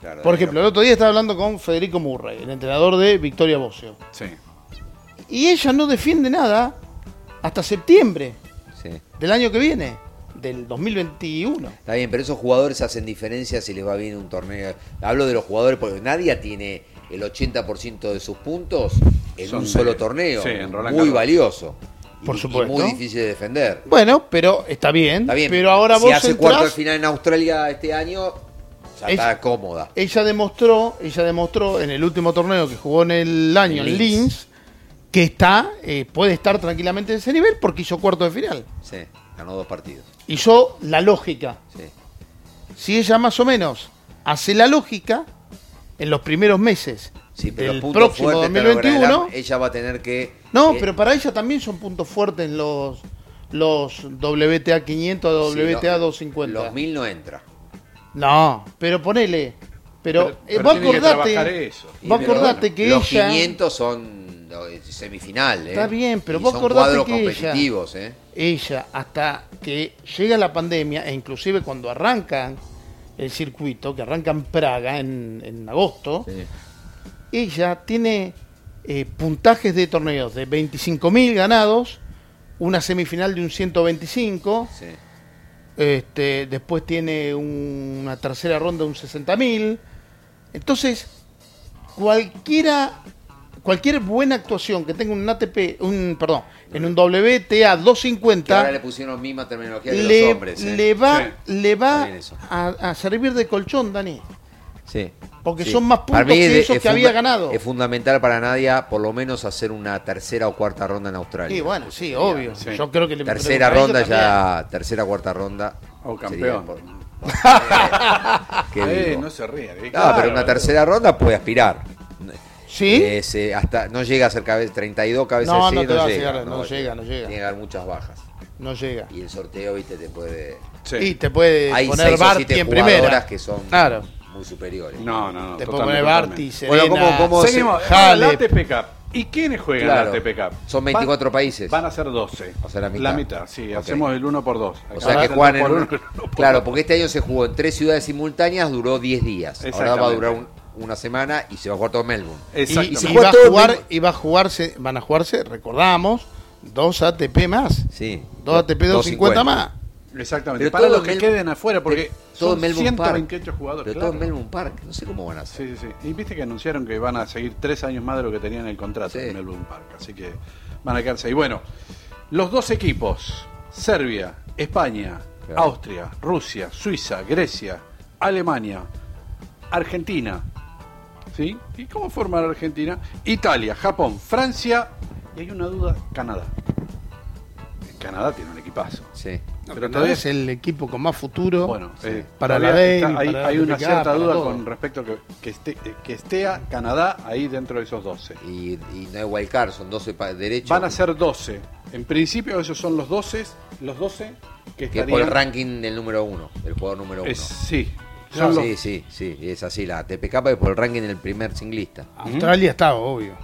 [SPEAKER 3] Claro,
[SPEAKER 5] Por
[SPEAKER 3] de
[SPEAKER 5] ejemplo, el
[SPEAKER 3] lo-
[SPEAKER 5] otro día estaba hablando con Federico Murray, el entrenador de Victoria Bocio.
[SPEAKER 4] Sí.
[SPEAKER 5] Y ella no defiende nada hasta septiembre
[SPEAKER 3] Sí.
[SPEAKER 5] del año que viene, del 2021.
[SPEAKER 3] Está bien, pero esos jugadores hacen diferencia si les va bien un torneo. Hablo de los jugadores porque nadie tiene el 80% de sus puntos en
[SPEAKER 4] Son
[SPEAKER 3] un
[SPEAKER 4] de-
[SPEAKER 3] solo torneo.
[SPEAKER 4] sí, en Roland
[SPEAKER 3] muy
[SPEAKER 4] Garros.
[SPEAKER 3] valioso. Y-
[SPEAKER 5] Por
[SPEAKER 3] y
[SPEAKER 5] supuesto.
[SPEAKER 3] muy difícil de defender.
[SPEAKER 5] Bueno, pero está bien.
[SPEAKER 3] Está bien.
[SPEAKER 5] Pero ahora
[SPEAKER 3] si
[SPEAKER 5] vos
[SPEAKER 3] hace
[SPEAKER 5] entrás-
[SPEAKER 3] cuarto de final en Australia este año, ya
[SPEAKER 5] Es-
[SPEAKER 3] está cómoda.
[SPEAKER 5] ella demostró, ella demostró en el último torneo que jugó en el año
[SPEAKER 3] En Linz.
[SPEAKER 5] en Linz, que está, eh, puede estar tranquilamente en ese nivel porque hizo cuarto de final.
[SPEAKER 3] Sí, ganó dos partidos.
[SPEAKER 5] Hizo la lógica.
[SPEAKER 3] Sí.
[SPEAKER 5] Si ella más o menos hace la lógica en los primeros meses
[SPEAKER 3] Sí, pero
[SPEAKER 5] del
[SPEAKER 3] los puntos
[SPEAKER 5] próximo
[SPEAKER 3] fuertes te lo
[SPEAKER 5] 2021,
[SPEAKER 3] ganarán. ella va a tener que.
[SPEAKER 5] no,
[SPEAKER 3] eh,
[SPEAKER 5] pero para ella también son puntos fuertes los los WTA 500,
[SPEAKER 3] sí,
[SPEAKER 5] WTA
[SPEAKER 3] lo-
[SPEAKER 5] 250.
[SPEAKER 3] Los mil no entra.
[SPEAKER 5] No, pero ponele, pero,
[SPEAKER 4] Pero- pero
[SPEAKER 5] va
[SPEAKER 4] tiene que trabajar
[SPEAKER 5] acordate,
[SPEAKER 4] eso.
[SPEAKER 3] Y
[SPEAKER 5] vos
[SPEAKER 3] pero
[SPEAKER 5] acordate
[SPEAKER 3] bueno,
[SPEAKER 5] que
[SPEAKER 3] los
[SPEAKER 5] ella
[SPEAKER 3] 500 son lo- es semifinal, ¿eh?
[SPEAKER 5] Está bien, pero
[SPEAKER 3] Y
[SPEAKER 5] vos
[SPEAKER 3] son
[SPEAKER 5] acordate
[SPEAKER 3] cuadros
[SPEAKER 5] que ella-
[SPEAKER 3] competitivos, ¿eh?
[SPEAKER 5] ella hasta que llega la pandemia e inclusive cuando arrancan el circuito, que arranca en Praga en, en agosto, ella tiene eh, puntajes de torneos de 25.000 ganados, una semifinal de un 125,
[SPEAKER 3] Sí.
[SPEAKER 5] Este, después tiene un- una tercera ronda de un 60.000. Entonces, cualquiera, cualquier buena actuación que tenga un ATP, un, perdón, en un WTA
[SPEAKER 3] Que ahora
[SPEAKER 5] 250
[SPEAKER 3] le pusieron misma terminología que
[SPEAKER 5] le,
[SPEAKER 3] los hombres. ¿eh?
[SPEAKER 5] le va, le
[SPEAKER 3] Está
[SPEAKER 5] va
[SPEAKER 3] bien eso.
[SPEAKER 5] a, a servir de colchón, Dani.
[SPEAKER 3] Sí.
[SPEAKER 5] Porque
[SPEAKER 3] Sí.
[SPEAKER 5] son más
[SPEAKER 3] Para
[SPEAKER 5] puntos
[SPEAKER 3] mí es
[SPEAKER 5] que
[SPEAKER 3] de-
[SPEAKER 5] esos
[SPEAKER 3] es
[SPEAKER 5] que había
[SPEAKER 3] funda-
[SPEAKER 5] ganado.
[SPEAKER 3] Es fundamental para Nadia, por lo menos, hacer una tercera o cuarta ronda en Australia.
[SPEAKER 5] Y bueno, sí, obvio.
[SPEAKER 4] Sí.
[SPEAKER 5] Yo creo que le
[SPEAKER 3] Tercera
[SPEAKER 5] pero para
[SPEAKER 3] ronda
[SPEAKER 5] ellos
[SPEAKER 3] ya, tercera cuarta ronda.
[SPEAKER 4] O
[SPEAKER 3] sería
[SPEAKER 4] Oh, campeón.
[SPEAKER 3] por-
[SPEAKER 4] (laughs)
[SPEAKER 3] Qué
[SPEAKER 4] Eh,
[SPEAKER 3] vivo.
[SPEAKER 4] no se ría. eh.
[SPEAKER 3] Ah, pero
[SPEAKER 4] Claro.
[SPEAKER 3] una tercera ronda puede aspirar.
[SPEAKER 5] también. Sí.
[SPEAKER 3] Es, eh, hasta, no llega a ser cabe- 32 cabezas.
[SPEAKER 5] No,
[SPEAKER 3] sí,
[SPEAKER 5] no te va a
[SPEAKER 3] llega,
[SPEAKER 5] llegar, no
[SPEAKER 3] va a
[SPEAKER 5] llega,
[SPEAKER 3] llegar.
[SPEAKER 5] no llega.
[SPEAKER 3] Tiene que haber muchas bajas.
[SPEAKER 5] no llega.
[SPEAKER 3] Y el sorteo, viste, te puede.
[SPEAKER 4] Sí.
[SPEAKER 5] Y te puede
[SPEAKER 3] Hay
[SPEAKER 5] poner
[SPEAKER 3] seis o
[SPEAKER 5] Barty
[SPEAKER 3] siete
[SPEAKER 5] en
[SPEAKER 3] jugadoras
[SPEAKER 5] primera.
[SPEAKER 3] que son
[SPEAKER 5] Claro.
[SPEAKER 3] muy superiores.
[SPEAKER 4] No, no, no.
[SPEAKER 5] Te puede
[SPEAKER 4] totalmente,
[SPEAKER 5] poner Barty,
[SPEAKER 4] totalmente.
[SPEAKER 5] Serena.
[SPEAKER 3] Bueno, ¿cómo- cómo se-
[SPEAKER 4] Seguimos. Ah,
[SPEAKER 5] Jale.
[SPEAKER 4] La ATP Cup. ¿Y quiénes juegan
[SPEAKER 3] Claro.
[SPEAKER 4] la ATP Cup?
[SPEAKER 3] Son 24
[SPEAKER 4] Van-
[SPEAKER 3] países.
[SPEAKER 4] Van a ser 12.
[SPEAKER 3] O sea, la mitad.
[SPEAKER 4] sí.
[SPEAKER 3] Ok.
[SPEAKER 4] Hacemos el 1 por 2.
[SPEAKER 3] O sea que juegan en un- Claro, porque este año se jugó en tres ciudades simultáneas, duró 10 días. Ahora va a durar un- una semana y se va a jugar todo en Melbourne.
[SPEAKER 5] Y,
[SPEAKER 4] Exactamente.
[SPEAKER 5] y
[SPEAKER 3] Juega
[SPEAKER 5] va a
[SPEAKER 3] todo el
[SPEAKER 5] jugar,
[SPEAKER 3] mismo-
[SPEAKER 5] y va a jugarse, van a jugarse, recordamos, dos ATP más.
[SPEAKER 3] Sí.
[SPEAKER 5] Dos ATP 250 más.
[SPEAKER 4] Exactamente.
[SPEAKER 3] Pero
[SPEAKER 4] para
[SPEAKER 3] todo
[SPEAKER 4] los que
[SPEAKER 3] Mel- eh,
[SPEAKER 4] queden afuera, porque
[SPEAKER 3] todo
[SPEAKER 4] son
[SPEAKER 3] en Melbourne Park.
[SPEAKER 4] 128 jugadores.
[SPEAKER 3] Pero todo en
[SPEAKER 4] claro.
[SPEAKER 3] Melbourne Park. No sé cómo van a hacer.
[SPEAKER 4] Sí, sí, sí. Y viste que anunciaron que van a seguir tres años más de lo que tenían en el contrato
[SPEAKER 3] Sí.
[SPEAKER 4] en Melbourne Park. Así que van a quedarse ahí. Bueno, los dos equipos, Serbia, España,
[SPEAKER 3] Claro.
[SPEAKER 4] Austria, Rusia, Suiza, Grecia, Alemania, Argentina. ¿Sí? ¿Y cómo formar Argentina? Italia, Japón, Francia y hay una duda, Canadá. Canadá tiene un equipazo.
[SPEAKER 3] Sí.
[SPEAKER 4] Pero
[SPEAKER 5] Tal
[SPEAKER 4] todavía
[SPEAKER 5] vez el equipo con más futuro.
[SPEAKER 4] bueno, eh,
[SPEAKER 5] Para la
[SPEAKER 4] todavía
[SPEAKER 5] Dame,
[SPEAKER 4] está- hay,
[SPEAKER 5] para
[SPEAKER 4] hay
[SPEAKER 5] la
[SPEAKER 4] una
[SPEAKER 5] TPK,
[SPEAKER 4] cierta
[SPEAKER 5] para
[SPEAKER 4] duda
[SPEAKER 5] todo.
[SPEAKER 4] con respecto que, que, esté, eh, que esté a Canadá ahí dentro de esos 12.
[SPEAKER 3] Y, y no hay wildcard, son 12 pa- derechos.
[SPEAKER 4] Van a ser 12. En principio esos son los 12, los 12 que
[SPEAKER 3] Que
[SPEAKER 4] estarían...
[SPEAKER 3] por el ranking del número uno, del jugador número uno.
[SPEAKER 4] es- sí, son los-
[SPEAKER 3] Sí, sí, sí, es así. La TPK es por el ranking del primer singlista.
[SPEAKER 5] Australia está, obvio.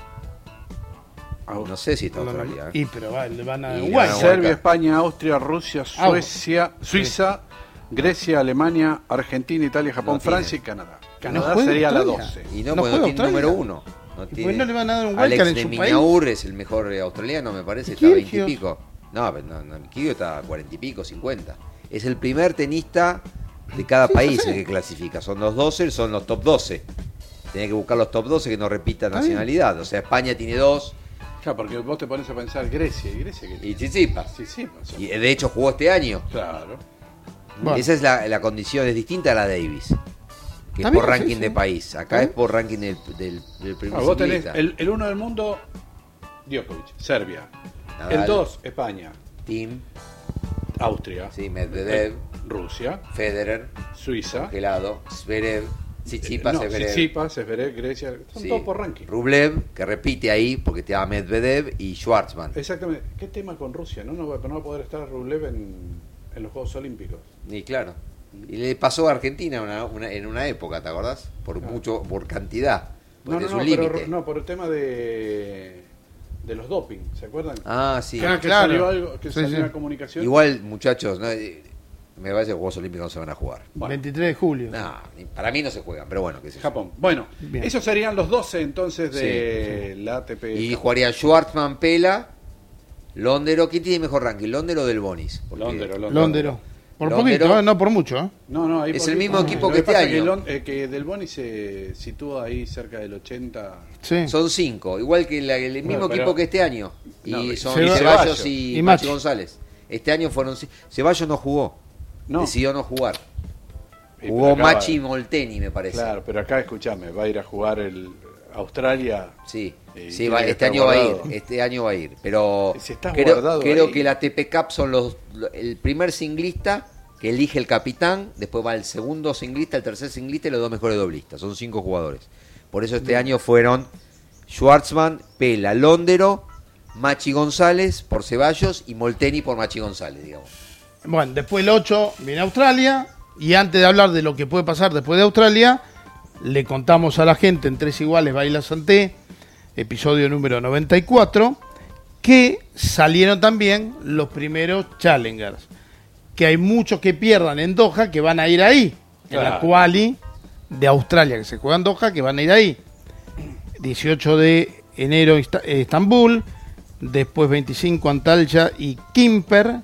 [SPEAKER 4] Ah,
[SPEAKER 3] No sé si está
[SPEAKER 5] No, no,
[SPEAKER 3] Australia. ¿eh?
[SPEAKER 5] y pero va, le van a
[SPEAKER 3] Y
[SPEAKER 5] Uruguay.
[SPEAKER 3] ganó.
[SPEAKER 4] Serbia, España, Austria, Rusia,
[SPEAKER 5] Ah, bueno.
[SPEAKER 4] Suecia, Suiza, Grecia, Alemania, Argentina, Italia, Japón,
[SPEAKER 3] No tiene.
[SPEAKER 4] Francia y Canadá.
[SPEAKER 5] Que no
[SPEAKER 4] Canadá
[SPEAKER 5] juegue
[SPEAKER 4] sería la
[SPEAKER 5] Australia.
[SPEAKER 4] 12.
[SPEAKER 3] Y no,
[SPEAKER 5] No
[SPEAKER 3] porque
[SPEAKER 5] juega
[SPEAKER 3] no tiene
[SPEAKER 5] Australia.
[SPEAKER 3] número uno. No
[SPEAKER 5] por
[SPEAKER 3] tiene...
[SPEAKER 5] qué no le van a dar un
[SPEAKER 3] Alex
[SPEAKER 5] wildcard en
[SPEAKER 3] de
[SPEAKER 5] su país?
[SPEAKER 3] Miñaur es el mejor eh, australiano, me parece. Está
[SPEAKER 5] Kirgios.
[SPEAKER 3] 20 y pico. No, pero no, no, Kirgios está a 40 y pico, 50. Es el primer tenista de cada
[SPEAKER 5] Sí, ya
[SPEAKER 3] país
[SPEAKER 5] sé.
[SPEAKER 3] el que clasifica. Son los 12, son los top 12. Tiene que buscar los top 12 que no repita
[SPEAKER 5] bien.
[SPEAKER 3] nacionalidad. O sea, España tiene dos
[SPEAKER 4] Claro, porque vos te pones a pensar Grecia y Grecia que
[SPEAKER 3] y Tsitsipas.
[SPEAKER 4] Sí, sí, o sea,
[SPEAKER 3] Y eh, de hecho jugó este año.
[SPEAKER 4] claro.
[SPEAKER 5] Bueno.
[SPEAKER 3] Esa es la, la condición, es distinta a la Davis. Que
[SPEAKER 5] Está
[SPEAKER 3] es por
[SPEAKER 5] bien,
[SPEAKER 3] ranking
[SPEAKER 5] sí,
[SPEAKER 3] de
[SPEAKER 5] sí.
[SPEAKER 3] país. Acá es por ranking del, del, del primer
[SPEAKER 4] Ah, vos tenés
[SPEAKER 3] singlista.
[SPEAKER 4] el, el uno del mundo, Djokovic, Serbia.
[SPEAKER 3] Nadal.
[SPEAKER 4] El 2, España,
[SPEAKER 3] Team,
[SPEAKER 4] Austria,
[SPEAKER 3] sí, Medvedev,
[SPEAKER 4] Rusia,
[SPEAKER 3] Federer,
[SPEAKER 4] Suiza, Eh,
[SPEAKER 3] Congelado, Zverev, Tsitsipas,
[SPEAKER 4] no,
[SPEAKER 3] Zverev.
[SPEAKER 4] Tsitsipas, Zverev, Grecia, son
[SPEAKER 3] sí.
[SPEAKER 4] todos por ranking.
[SPEAKER 3] Rublev, que repite ahí porque te da Medvedev y Schwartzman.
[SPEAKER 4] Exactamente. ¿Qué tema con Rusia? No, no, va- no va a poder estar Rublev en, en los Juegos Olímpicos.
[SPEAKER 3] Y claro. Y le pasó a Argentina una- una- en una época, ¿te acordás? Por mucho, por cantidad.
[SPEAKER 4] No,
[SPEAKER 3] Porque
[SPEAKER 4] no,
[SPEAKER 3] es
[SPEAKER 4] no,
[SPEAKER 3] un
[SPEAKER 4] pero
[SPEAKER 3] límite.
[SPEAKER 4] Ru- no, por el tema de, de los doping, ¿se acuerdan?
[SPEAKER 3] Ah, sí.
[SPEAKER 5] Claro.
[SPEAKER 4] que salió algo, que
[SPEAKER 5] Sí,
[SPEAKER 4] salió
[SPEAKER 5] sí.
[SPEAKER 4] una comunicación.
[SPEAKER 3] Igual, muchachos, no, eh, me parece que los Juegos Olímpicos no se van a jugar.
[SPEAKER 4] Bueno.
[SPEAKER 5] 23 de julio.
[SPEAKER 3] No, ni- para mí no se juegan, pero bueno, qué sé yo.
[SPEAKER 4] Japón. Bueno,
[SPEAKER 5] Bien.
[SPEAKER 4] esos serían los 12 entonces de la ATP.
[SPEAKER 3] Y jugarían Schwartzman, Pela, Londero. ¿Quién tiene mejor ranking? Londero o Del Bonis. Porque-
[SPEAKER 4] Londero, Londero.
[SPEAKER 5] Londero. Por
[SPEAKER 3] Londero.
[SPEAKER 5] poquito, ¿eh? no por mucho. ¿eh?
[SPEAKER 4] No, no, ahí
[SPEAKER 3] Es
[SPEAKER 4] por-
[SPEAKER 3] el mismo
[SPEAKER 4] no,
[SPEAKER 3] equipo
[SPEAKER 4] lo
[SPEAKER 3] que este
[SPEAKER 4] pasa
[SPEAKER 3] año.
[SPEAKER 4] Que, Lon- eh, que Del Boni se sitúa ahí cerca del 80.
[SPEAKER 5] Sí.
[SPEAKER 3] Son cinco, igual que la- el mismo
[SPEAKER 4] Bueno, pero-
[SPEAKER 3] equipo que este año. Y
[SPEAKER 4] No,
[SPEAKER 3] son
[SPEAKER 5] Ceba-
[SPEAKER 3] Ceballos,
[SPEAKER 4] Ceballos
[SPEAKER 3] y, Machi
[SPEAKER 5] y Machi.
[SPEAKER 3] González. Este año fueron. ci- Ceballos no jugó.
[SPEAKER 4] No.
[SPEAKER 3] Decidió no jugar.
[SPEAKER 4] Eh,
[SPEAKER 3] Jugó
[SPEAKER 4] pero acá va-
[SPEAKER 3] Machi y Molteni, me parece.
[SPEAKER 4] Claro, pero acá escúchame, va a ir a jugar el Australia.
[SPEAKER 3] Sí,
[SPEAKER 4] Y
[SPEAKER 3] sí,
[SPEAKER 4] Eh, tiene
[SPEAKER 3] va-
[SPEAKER 4] que
[SPEAKER 3] este
[SPEAKER 4] estar
[SPEAKER 3] año va
[SPEAKER 4] guardado.
[SPEAKER 3] a ir. Este año va a ir. Pero
[SPEAKER 4] Si está
[SPEAKER 3] creo,
[SPEAKER 4] guardado
[SPEAKER 3] creo
[SPEAKER 4] ahí.
[SPEAKER 3] que la TP Cup son los, lo- el primer singlista que elige el capitán. Después va el segundo singlista, el tercer singlista y los dos mejores doblistas. Son cinco jugadores. Por eso este año fueron Schwartzman, Pela, Londero, Machi González por Ceballos y Molteni por Machi González, digamos.
[SPEAKER 5] Bueno, después el 8 viene Australia. Y antes de hablar de lo que puede pasar después de Australia, le contamos a la gente en Tres Iguales Baila Santé, episodio número 94, que salieron también los primeros Challengers. Que hay muchos que pierdan en Doha que van a ir ahí. En la
[SPEAKER 4] Claro.
[SPEAKER 5] quali de Australia, que se juega en Doha, que van a ir ahí. 18 de enero Ista- eh, Estambul, después 25 Antalya y Quimper,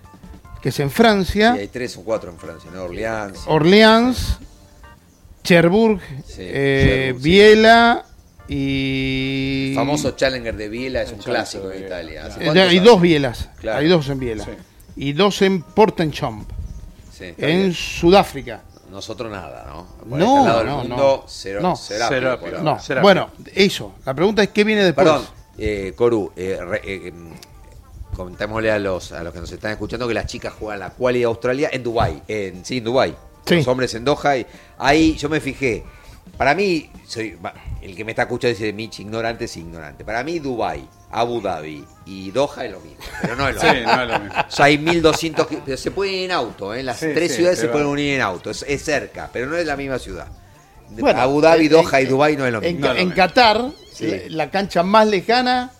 [SPEAKER 5] que es en Francia,
[SPEAKER 3] hay tres o cuatro en Francia, ¿no? Orleans.
[SPEAKER 5] Orleans, Cherbourg,
[SPEAKER 3] Sí,
[SPEAKER 5] eh,
[SPEAKER 3] Cherbourg, sí.
[SPEAKER 5] Biela y.
[SPEAKER 3] el famoso Challenger de Biela es
[SPEAKER 4] El
[SPEAKER 3] un
[SPEAKER 4] Challenger
[SPEAKER 3] clásico
[SPEAKER 4] de
[SPEAKER 3] en
[SPEAKER 4] Biela,
[SPEAKER 3] Italia. ¿Hace
[SPEAKER 5] Eh,
[SPEAKER 3] cuántos
[SPEAKER 5] hay
[SPEAKER 3] años?
[SPEAKER 5] dos Bielas,
[SPEAKER 3] Claro.
[SPEAKER 5] hay dos en Biela.
[SPEAKER 4] Sí.
[SPEAKER 5] Y dos en Portenchamp,
[SPEAKER 3] Sí, está
[SPEAKER 5] en
[SPEAKER 3] bien.
[SPEAKER 5] Sudáfrica.
[SPEAKER 3] Nosotros nada, ¿no?
[SPEAKER 5] No,
[SPEAKER 3] este lado del
[SPEAKER 5] no, no.
[SPEAKER 3] mundo, cero,
[SPEAKER 5] No.
[SPEAKER 3] será
[SPEAKER 4] Cero,
[SPEAKER 3] pero-
[SPEAKER 4] pero-
[SPEAKER 5] No,
[SPEAKER 4] será.
[SPEAKER 5] bueno, eso. La pregunta es: ¿qué viene después?
[SPEAKER 3] Perdón, eh, Coru, eh, re- eh, em, comentémosle a los, a los que nos están escuchando que las chicas juegan la quali de Australia en Dubái. En, sí, en Dubái.
[SPEAKER 5] Sí.
[SPEAKER 3] Los hombres en Doha. Y ahí yo me fijé. Para mí, soy, va, el que me está escuchando dice, Michi, ignorante es ignorante. Para mí, Dubái, Abu Dhabi y Doha es lo mismo. Pero no es lo
[SPEAKER 4] Sí,
[SPEAKER 3] mismo.
[SPEAKER 4] no es lo mismo.
[SPEAKER 3] O sea, hay 1200. que- Pero se pueden ir en auto, ¿eh? Las
[SPEAKER 4] Sí,
[SPEAKER 3] tres
[SPEAKER 4] sí,
[SPEAKER 3] ciudades
[SPEAKER 4] te
[SPEAKER 3] se
[SPEAKER 4] va.
[SPEAKER 3] pueden unir en auto. Es, es cerca, pero no es la misma ciudad.
[SPEAKER 5] Bueno,
[SPEAKER 3] Abu Dhabi,
[SPEAKER 5] en-
[SPEAKER 3] Doha y
[SPEAKER 5] en-
[SPEAKER 3] Dubái no es lo
[SPEAKER 5] En,
[SPEAKER 3] mismo.
[SPEAKER 4] No, lo
[SPEAKER 5] en
[SPEAKER 4] mismo.
[SPEAKER 5] Qatar,
[SPEAKER 3] Sí.
[SPEAKER 5] la, la cancha más lejana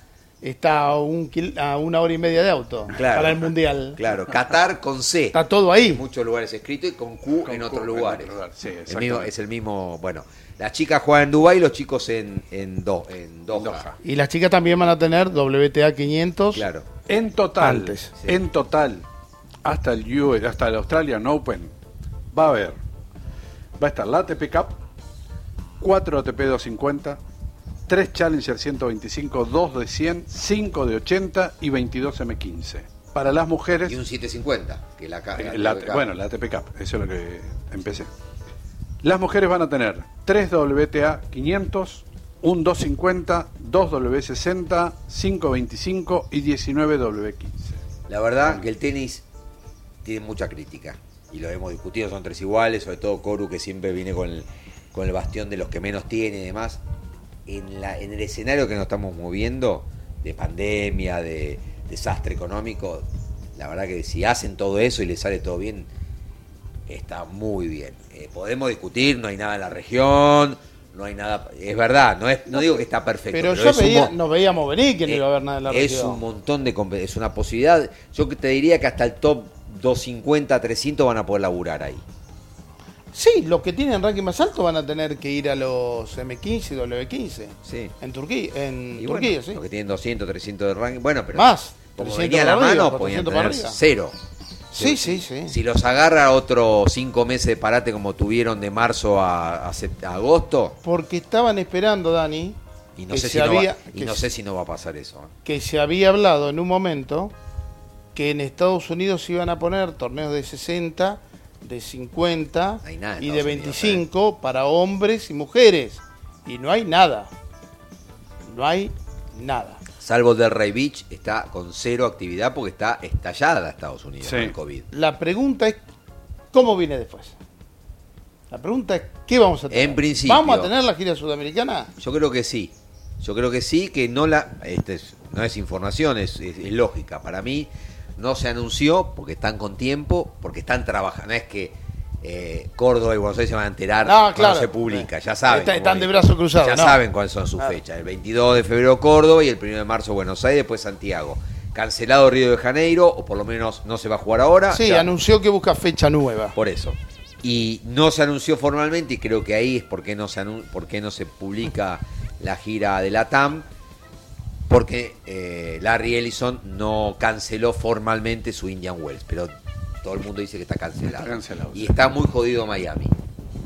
[SPEAKER 5] está a, un kil- a una hora y media de auto
[SPEAKER 3] Claro.
[SPEAKER 5] para el Mundial.
[SPEAKER 3] Claro, Qatar con C.
[SPEAKER 5] (laughs) Está todo ahí.
[SPEAKER 3] en muchos lugares escrito y con Q
[SPEAKER 4] Con
[SPEAKER 3] en
[SPEAKER 4] Q
[SPEAKER 3] otros
[SPEAKER 4] en
[SPEAKER 3] lugares.
[SPEAKER 4] otro lugar, sí,
[SPEAKER 3] El mismo-
[SPEAKER 4] exactamente.
[SPEAKER 3] es el mismo, bueno, las chicas juegan en Dubái y los chicos en, en, Do- en Doha.
[SPEAKER 4] Doha.
[SPEAKER 5] Y las chicas también van a tener WTA 500.
[SPEAKER 3] Claro.
[SPEAKER 4] En total,
[SPEAKER 5] Antes.
[SPEAKER 3] Sí.
[SPEAKER 4] en total, hasta el US, hasta el Australian Open, va a haber, va a estar la ATP Cup, 4 ATP 250, 3 Challenger 125, 2 de 100, 5 de 80 y 22 M15. Para las mujeres,
[SPEAKER 3] Y un 750, que la, ca-
[SPEAKER 4] eh,
[SPEAKER 3] la-
[SPEAKER 4] la- bueno, la ATP Cup, eso es lo que empecé. Las mujeres van a tener 3 WTA 500, un 250, 2 W60, 525 y 19 W15.
[SPEAKER 3] la verdad que el tenis tiene mucha crítica. Y lo hemos discutido, son tres iguales, sobre todo Coru que siempre viene con el, con el bastión de los que menos tiene y demás. En, la, en el escenario que nos estamos moviendo, de pandemia, de desastre económico, la verdad que si hacen todo eso y les sale todo bien, está muy bien. Eh, podemos discutir, no hay nada en la región, no hay nada. Es verdad, no, es, no digo que está perfecto.
[SPEAKER 5] Pero,
[SPEAKER 3] pero
[SPEAKER 5] yo
[SPEAKER 3] es un
[SPEAKER 5] veía,
[SPEAKER 3] mo- Eh,
[SPEAKER 5] nos veíamos venir que no iba a haber nada en la
[SPEAKER 3] es
[SPEAKER 5] región.
[SPEAKER 3] un montón de compe- es una posibilidad. Yo que te diría que hasta el top 250, 300 van a poder laburar ahí.
[SPEAKER 5] Mm, Sí, los que tienen ranking más alto van a tener que ir a los M15 y W15.
[SPEAKER 3] Sí.
[SPEAKER 5] En Turquía, en
[SPEAKER 3] Y bueno,
[SPEAKER 5] Turquía, sí.
[SPEAKER 3] los que tienen 200, 300 de ranking, bueno, pero
[SPEAKER 5] Más,
[SPEAKER 3] como
[SPEAKER 5] 300
[SPEAKER 3] venía la
[SPEAKER 5] para arriba,
[SPEAKER 3] mano, podían
[SPEAKER 5] 400 para
[SPEAKER 3] tener
[SPEAKER 5] arriba.
[SPEAKER 3] cero.
[SPEAKER 5] Sí, sí, sí.
[SPEAKER 3] Si los agarra otro cinco meses de parate como tuvieron de marzo a, a sept- a agosto,
[SPEAKER 5] Porque estaban esperando, Dani,
[SPEAKER 3] y no,
[SPEAKER 5] que
[SPEAKER 3] sé si,
[SPEAKER 5] se
[SPEAKER 3] no va-
[SPEAKER 5] había-
[SPEAKER 3] y
[SPEAKER 5] que
[SPEAKER 3] no
[SPEAKER 5] se-
[SPEAKER 3] sé si no va a pasar eso. ¿eh?
[SPEAKER 5] que se había hablado en un momento que en Estados Unidos se iban a poner torneos de 60, de 50
[SPEAKER 3] No hay nada en
[SPEAKER 5] y de
[SPEAKER 3] Estados Unidos,
[SPEAKER 5] 25 para hombres y mujeres. Y no hay nada. No hay nada.
[SPEAKER 3] Salvo del Rey Beach, está con cero actividad porque está estallada Estados Unidos
[SPEAKER 4] Sí.
[SPEAKER 3] con el COVID.
[SPEAKER 5] La pregunta es, ¿cómo viene después? La pregunta es, ¿qué vamos a tener?
[SPEAKER 3] En principio.
[SPEAKER 5] ¿Vamos a tener la gira sudamericana?
[SPEAKER 3] Yo creo que sí. Yo creo que sí, que no la. Este es- no es información, es, es- es lógica. Para mí, no se anunció porque están con tiempo, porque están trabajando. No es que eh, Córdoba y Buenos Aires se van a enterar
[SPEAKER 5] No, claro.
[SPEAKER 3] cuando se publica, ya saben.
[SPEAKER 5] Está-
[SPEAKER 3] cómo
[SPEAKER 5] están de
[SPEAKER 3] es.
[SPEAKER 5] brazos cruzados,
[SPEAKER 3] Ya
[SPEAKER 5] no.
[SPEAKER 3] saben cuáles son sus
[SPEAKER 5] Claro.
[SPEAKER 3] fechas. El 22 de febrero Córdoba y el 1 de marzo Buenos Aires, después Santiago. Cancelado Río de Janeiro, o por lo menos no se va a jugar ahora.
[SPEAKER 5] sí,
[SPEAKER 3] ya.
[SPEAKER 5] anunció que busca fecha nueva.
[SPEAKER 3] Por eso. Y no se anunció formalmente, y creo que ahí es por qué no se, anun- por qué no se publica la gira de la TAM, porque eh, Larry Ellison no canceló formalmente su Indian Wells, pero todo el mundo dice que está cancelado.
[SPEAKER 4] Está cancelado,
[SPEAKER 3] y
[SPEAKER 4] sí.
[SPEAKER 3] está muy jodido Miami,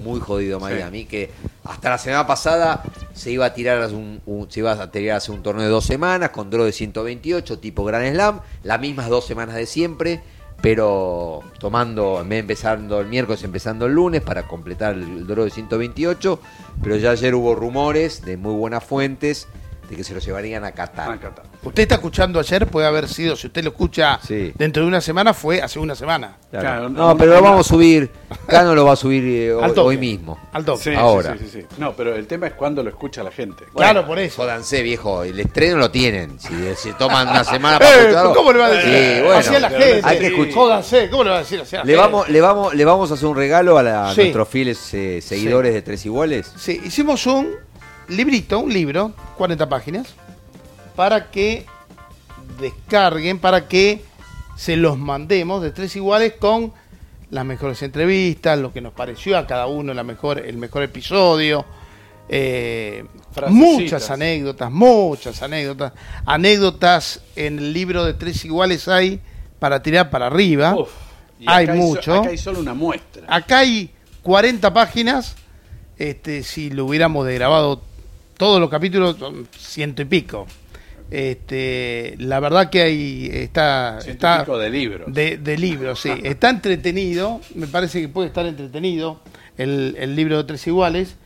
[SPEAKER 3] muy jodido Miami, que hasta la semana pasada se iba a tirar a un, un- se iba a tirar a hacer un torneo de dos semanas con draw de 128 tipo Grand Slam, las mismas dos semanas de siempre, pero tomando, en vez de empezando el miércoles, empezando el lunes para completar el, el draw de 128, pero ya ayer hubo rumores de muy buenas fuentes de que se lo llevarían a Qatar.
[SPEAKER 4] Acá está.
[SPEAKER 5] Usted está escuchando ayer, puede haber sido, si usted lo escucha
[SPEAKER 3] Sí.
[SPEAKER 5] dentro de una semana, fue hace una semana.
[SPEAKER 3] Claro.
[SPEAKER 4] Claro,
[SPEAKER 3] no,
[SPEAKER 4] una-
[SPEAKER 3] pero lo
[SPEAKER 4] una-
[SPEAKER 3] vamos a subir. Cano lo va a subir eh, hoy,
[SPEAKER 5] Al toque.
[SPEAKER 3] hoy mismo.
[SPEAKER 5] Al toque.
[SPEAKER 4] Sí, sí,
[SPEAKER 3] Ahora.
[SPEAKER 4] sí, sí, sí. No, pero el tema es cuando lo escucha la gente.
[SPEAKER 5] Claro, por eso.
[SPEAKER 3] Jódanse, viejo. El estreno lo tienen. Si se toman una
[SPEAKER 5] (laughs)
[SPEAKER 3] semana para
[SPEAKER 5] Eh,
[SPEAKER 3] escucharlo.
[SPEAKER 5] ¿Cómo le va a decir?
[SPEAKER 3] Sí, bueno.
[SPEAKER 5] Así a la gente.
[SPEAKER 3] Hay que escuchar.
[SPEAKER 5] Jódanse, ¿cómo le va a decir así a la
[SPEAKER 3] Le
[SPEAKER 5] gente?
[SPEAKER 3] vamos, le, vamos, le vamos a hacer un regalo a, la- a
[SPEAKER 5] Sí.
[SPEAKER 3] nuestros fieles eh, seguidores de Tres Iguales.
[SPEAKER 5] Sí, hicimos un librito, un libro, 40 páginas, para que descarguen, para que se los mandemos de tres iguales con las mejores entrevistas, lo que nos pareció a cada uno la mejor, el mejor episodio, eh,
[SPEAKER 4] Frasecitas.
[SPEAKER 5] muchas anécdotas, muchas anécdotas, anécdotas en el libro de tres iguales hay para tirar para arriba.
[SPEAKER 4] Uf. Y
[SPEAKER 5] Hay
[SPEAKER 4] acá so-
[SPEAKER 5] mucho.
[SPEAKER 4] acá hay solo una muestra.
[SPEAKER 5] Acá hay 40 páginas. Este, si lo hubiéramos desgrabado todos los capítulos, son ciento y pico. Este, la verdad que hay está,
[SPEAKER 4] Ciento y
[SPEAKER 5] está
[SPEAKER 4] pico de libros.
[SPEAKER 5] de, de
[SPEAKER 3] (laughs)
[SPEAKER 5] libros, sí. Está entretenido, me parece que puede estar entretenido el, el libro de Tres Iguales.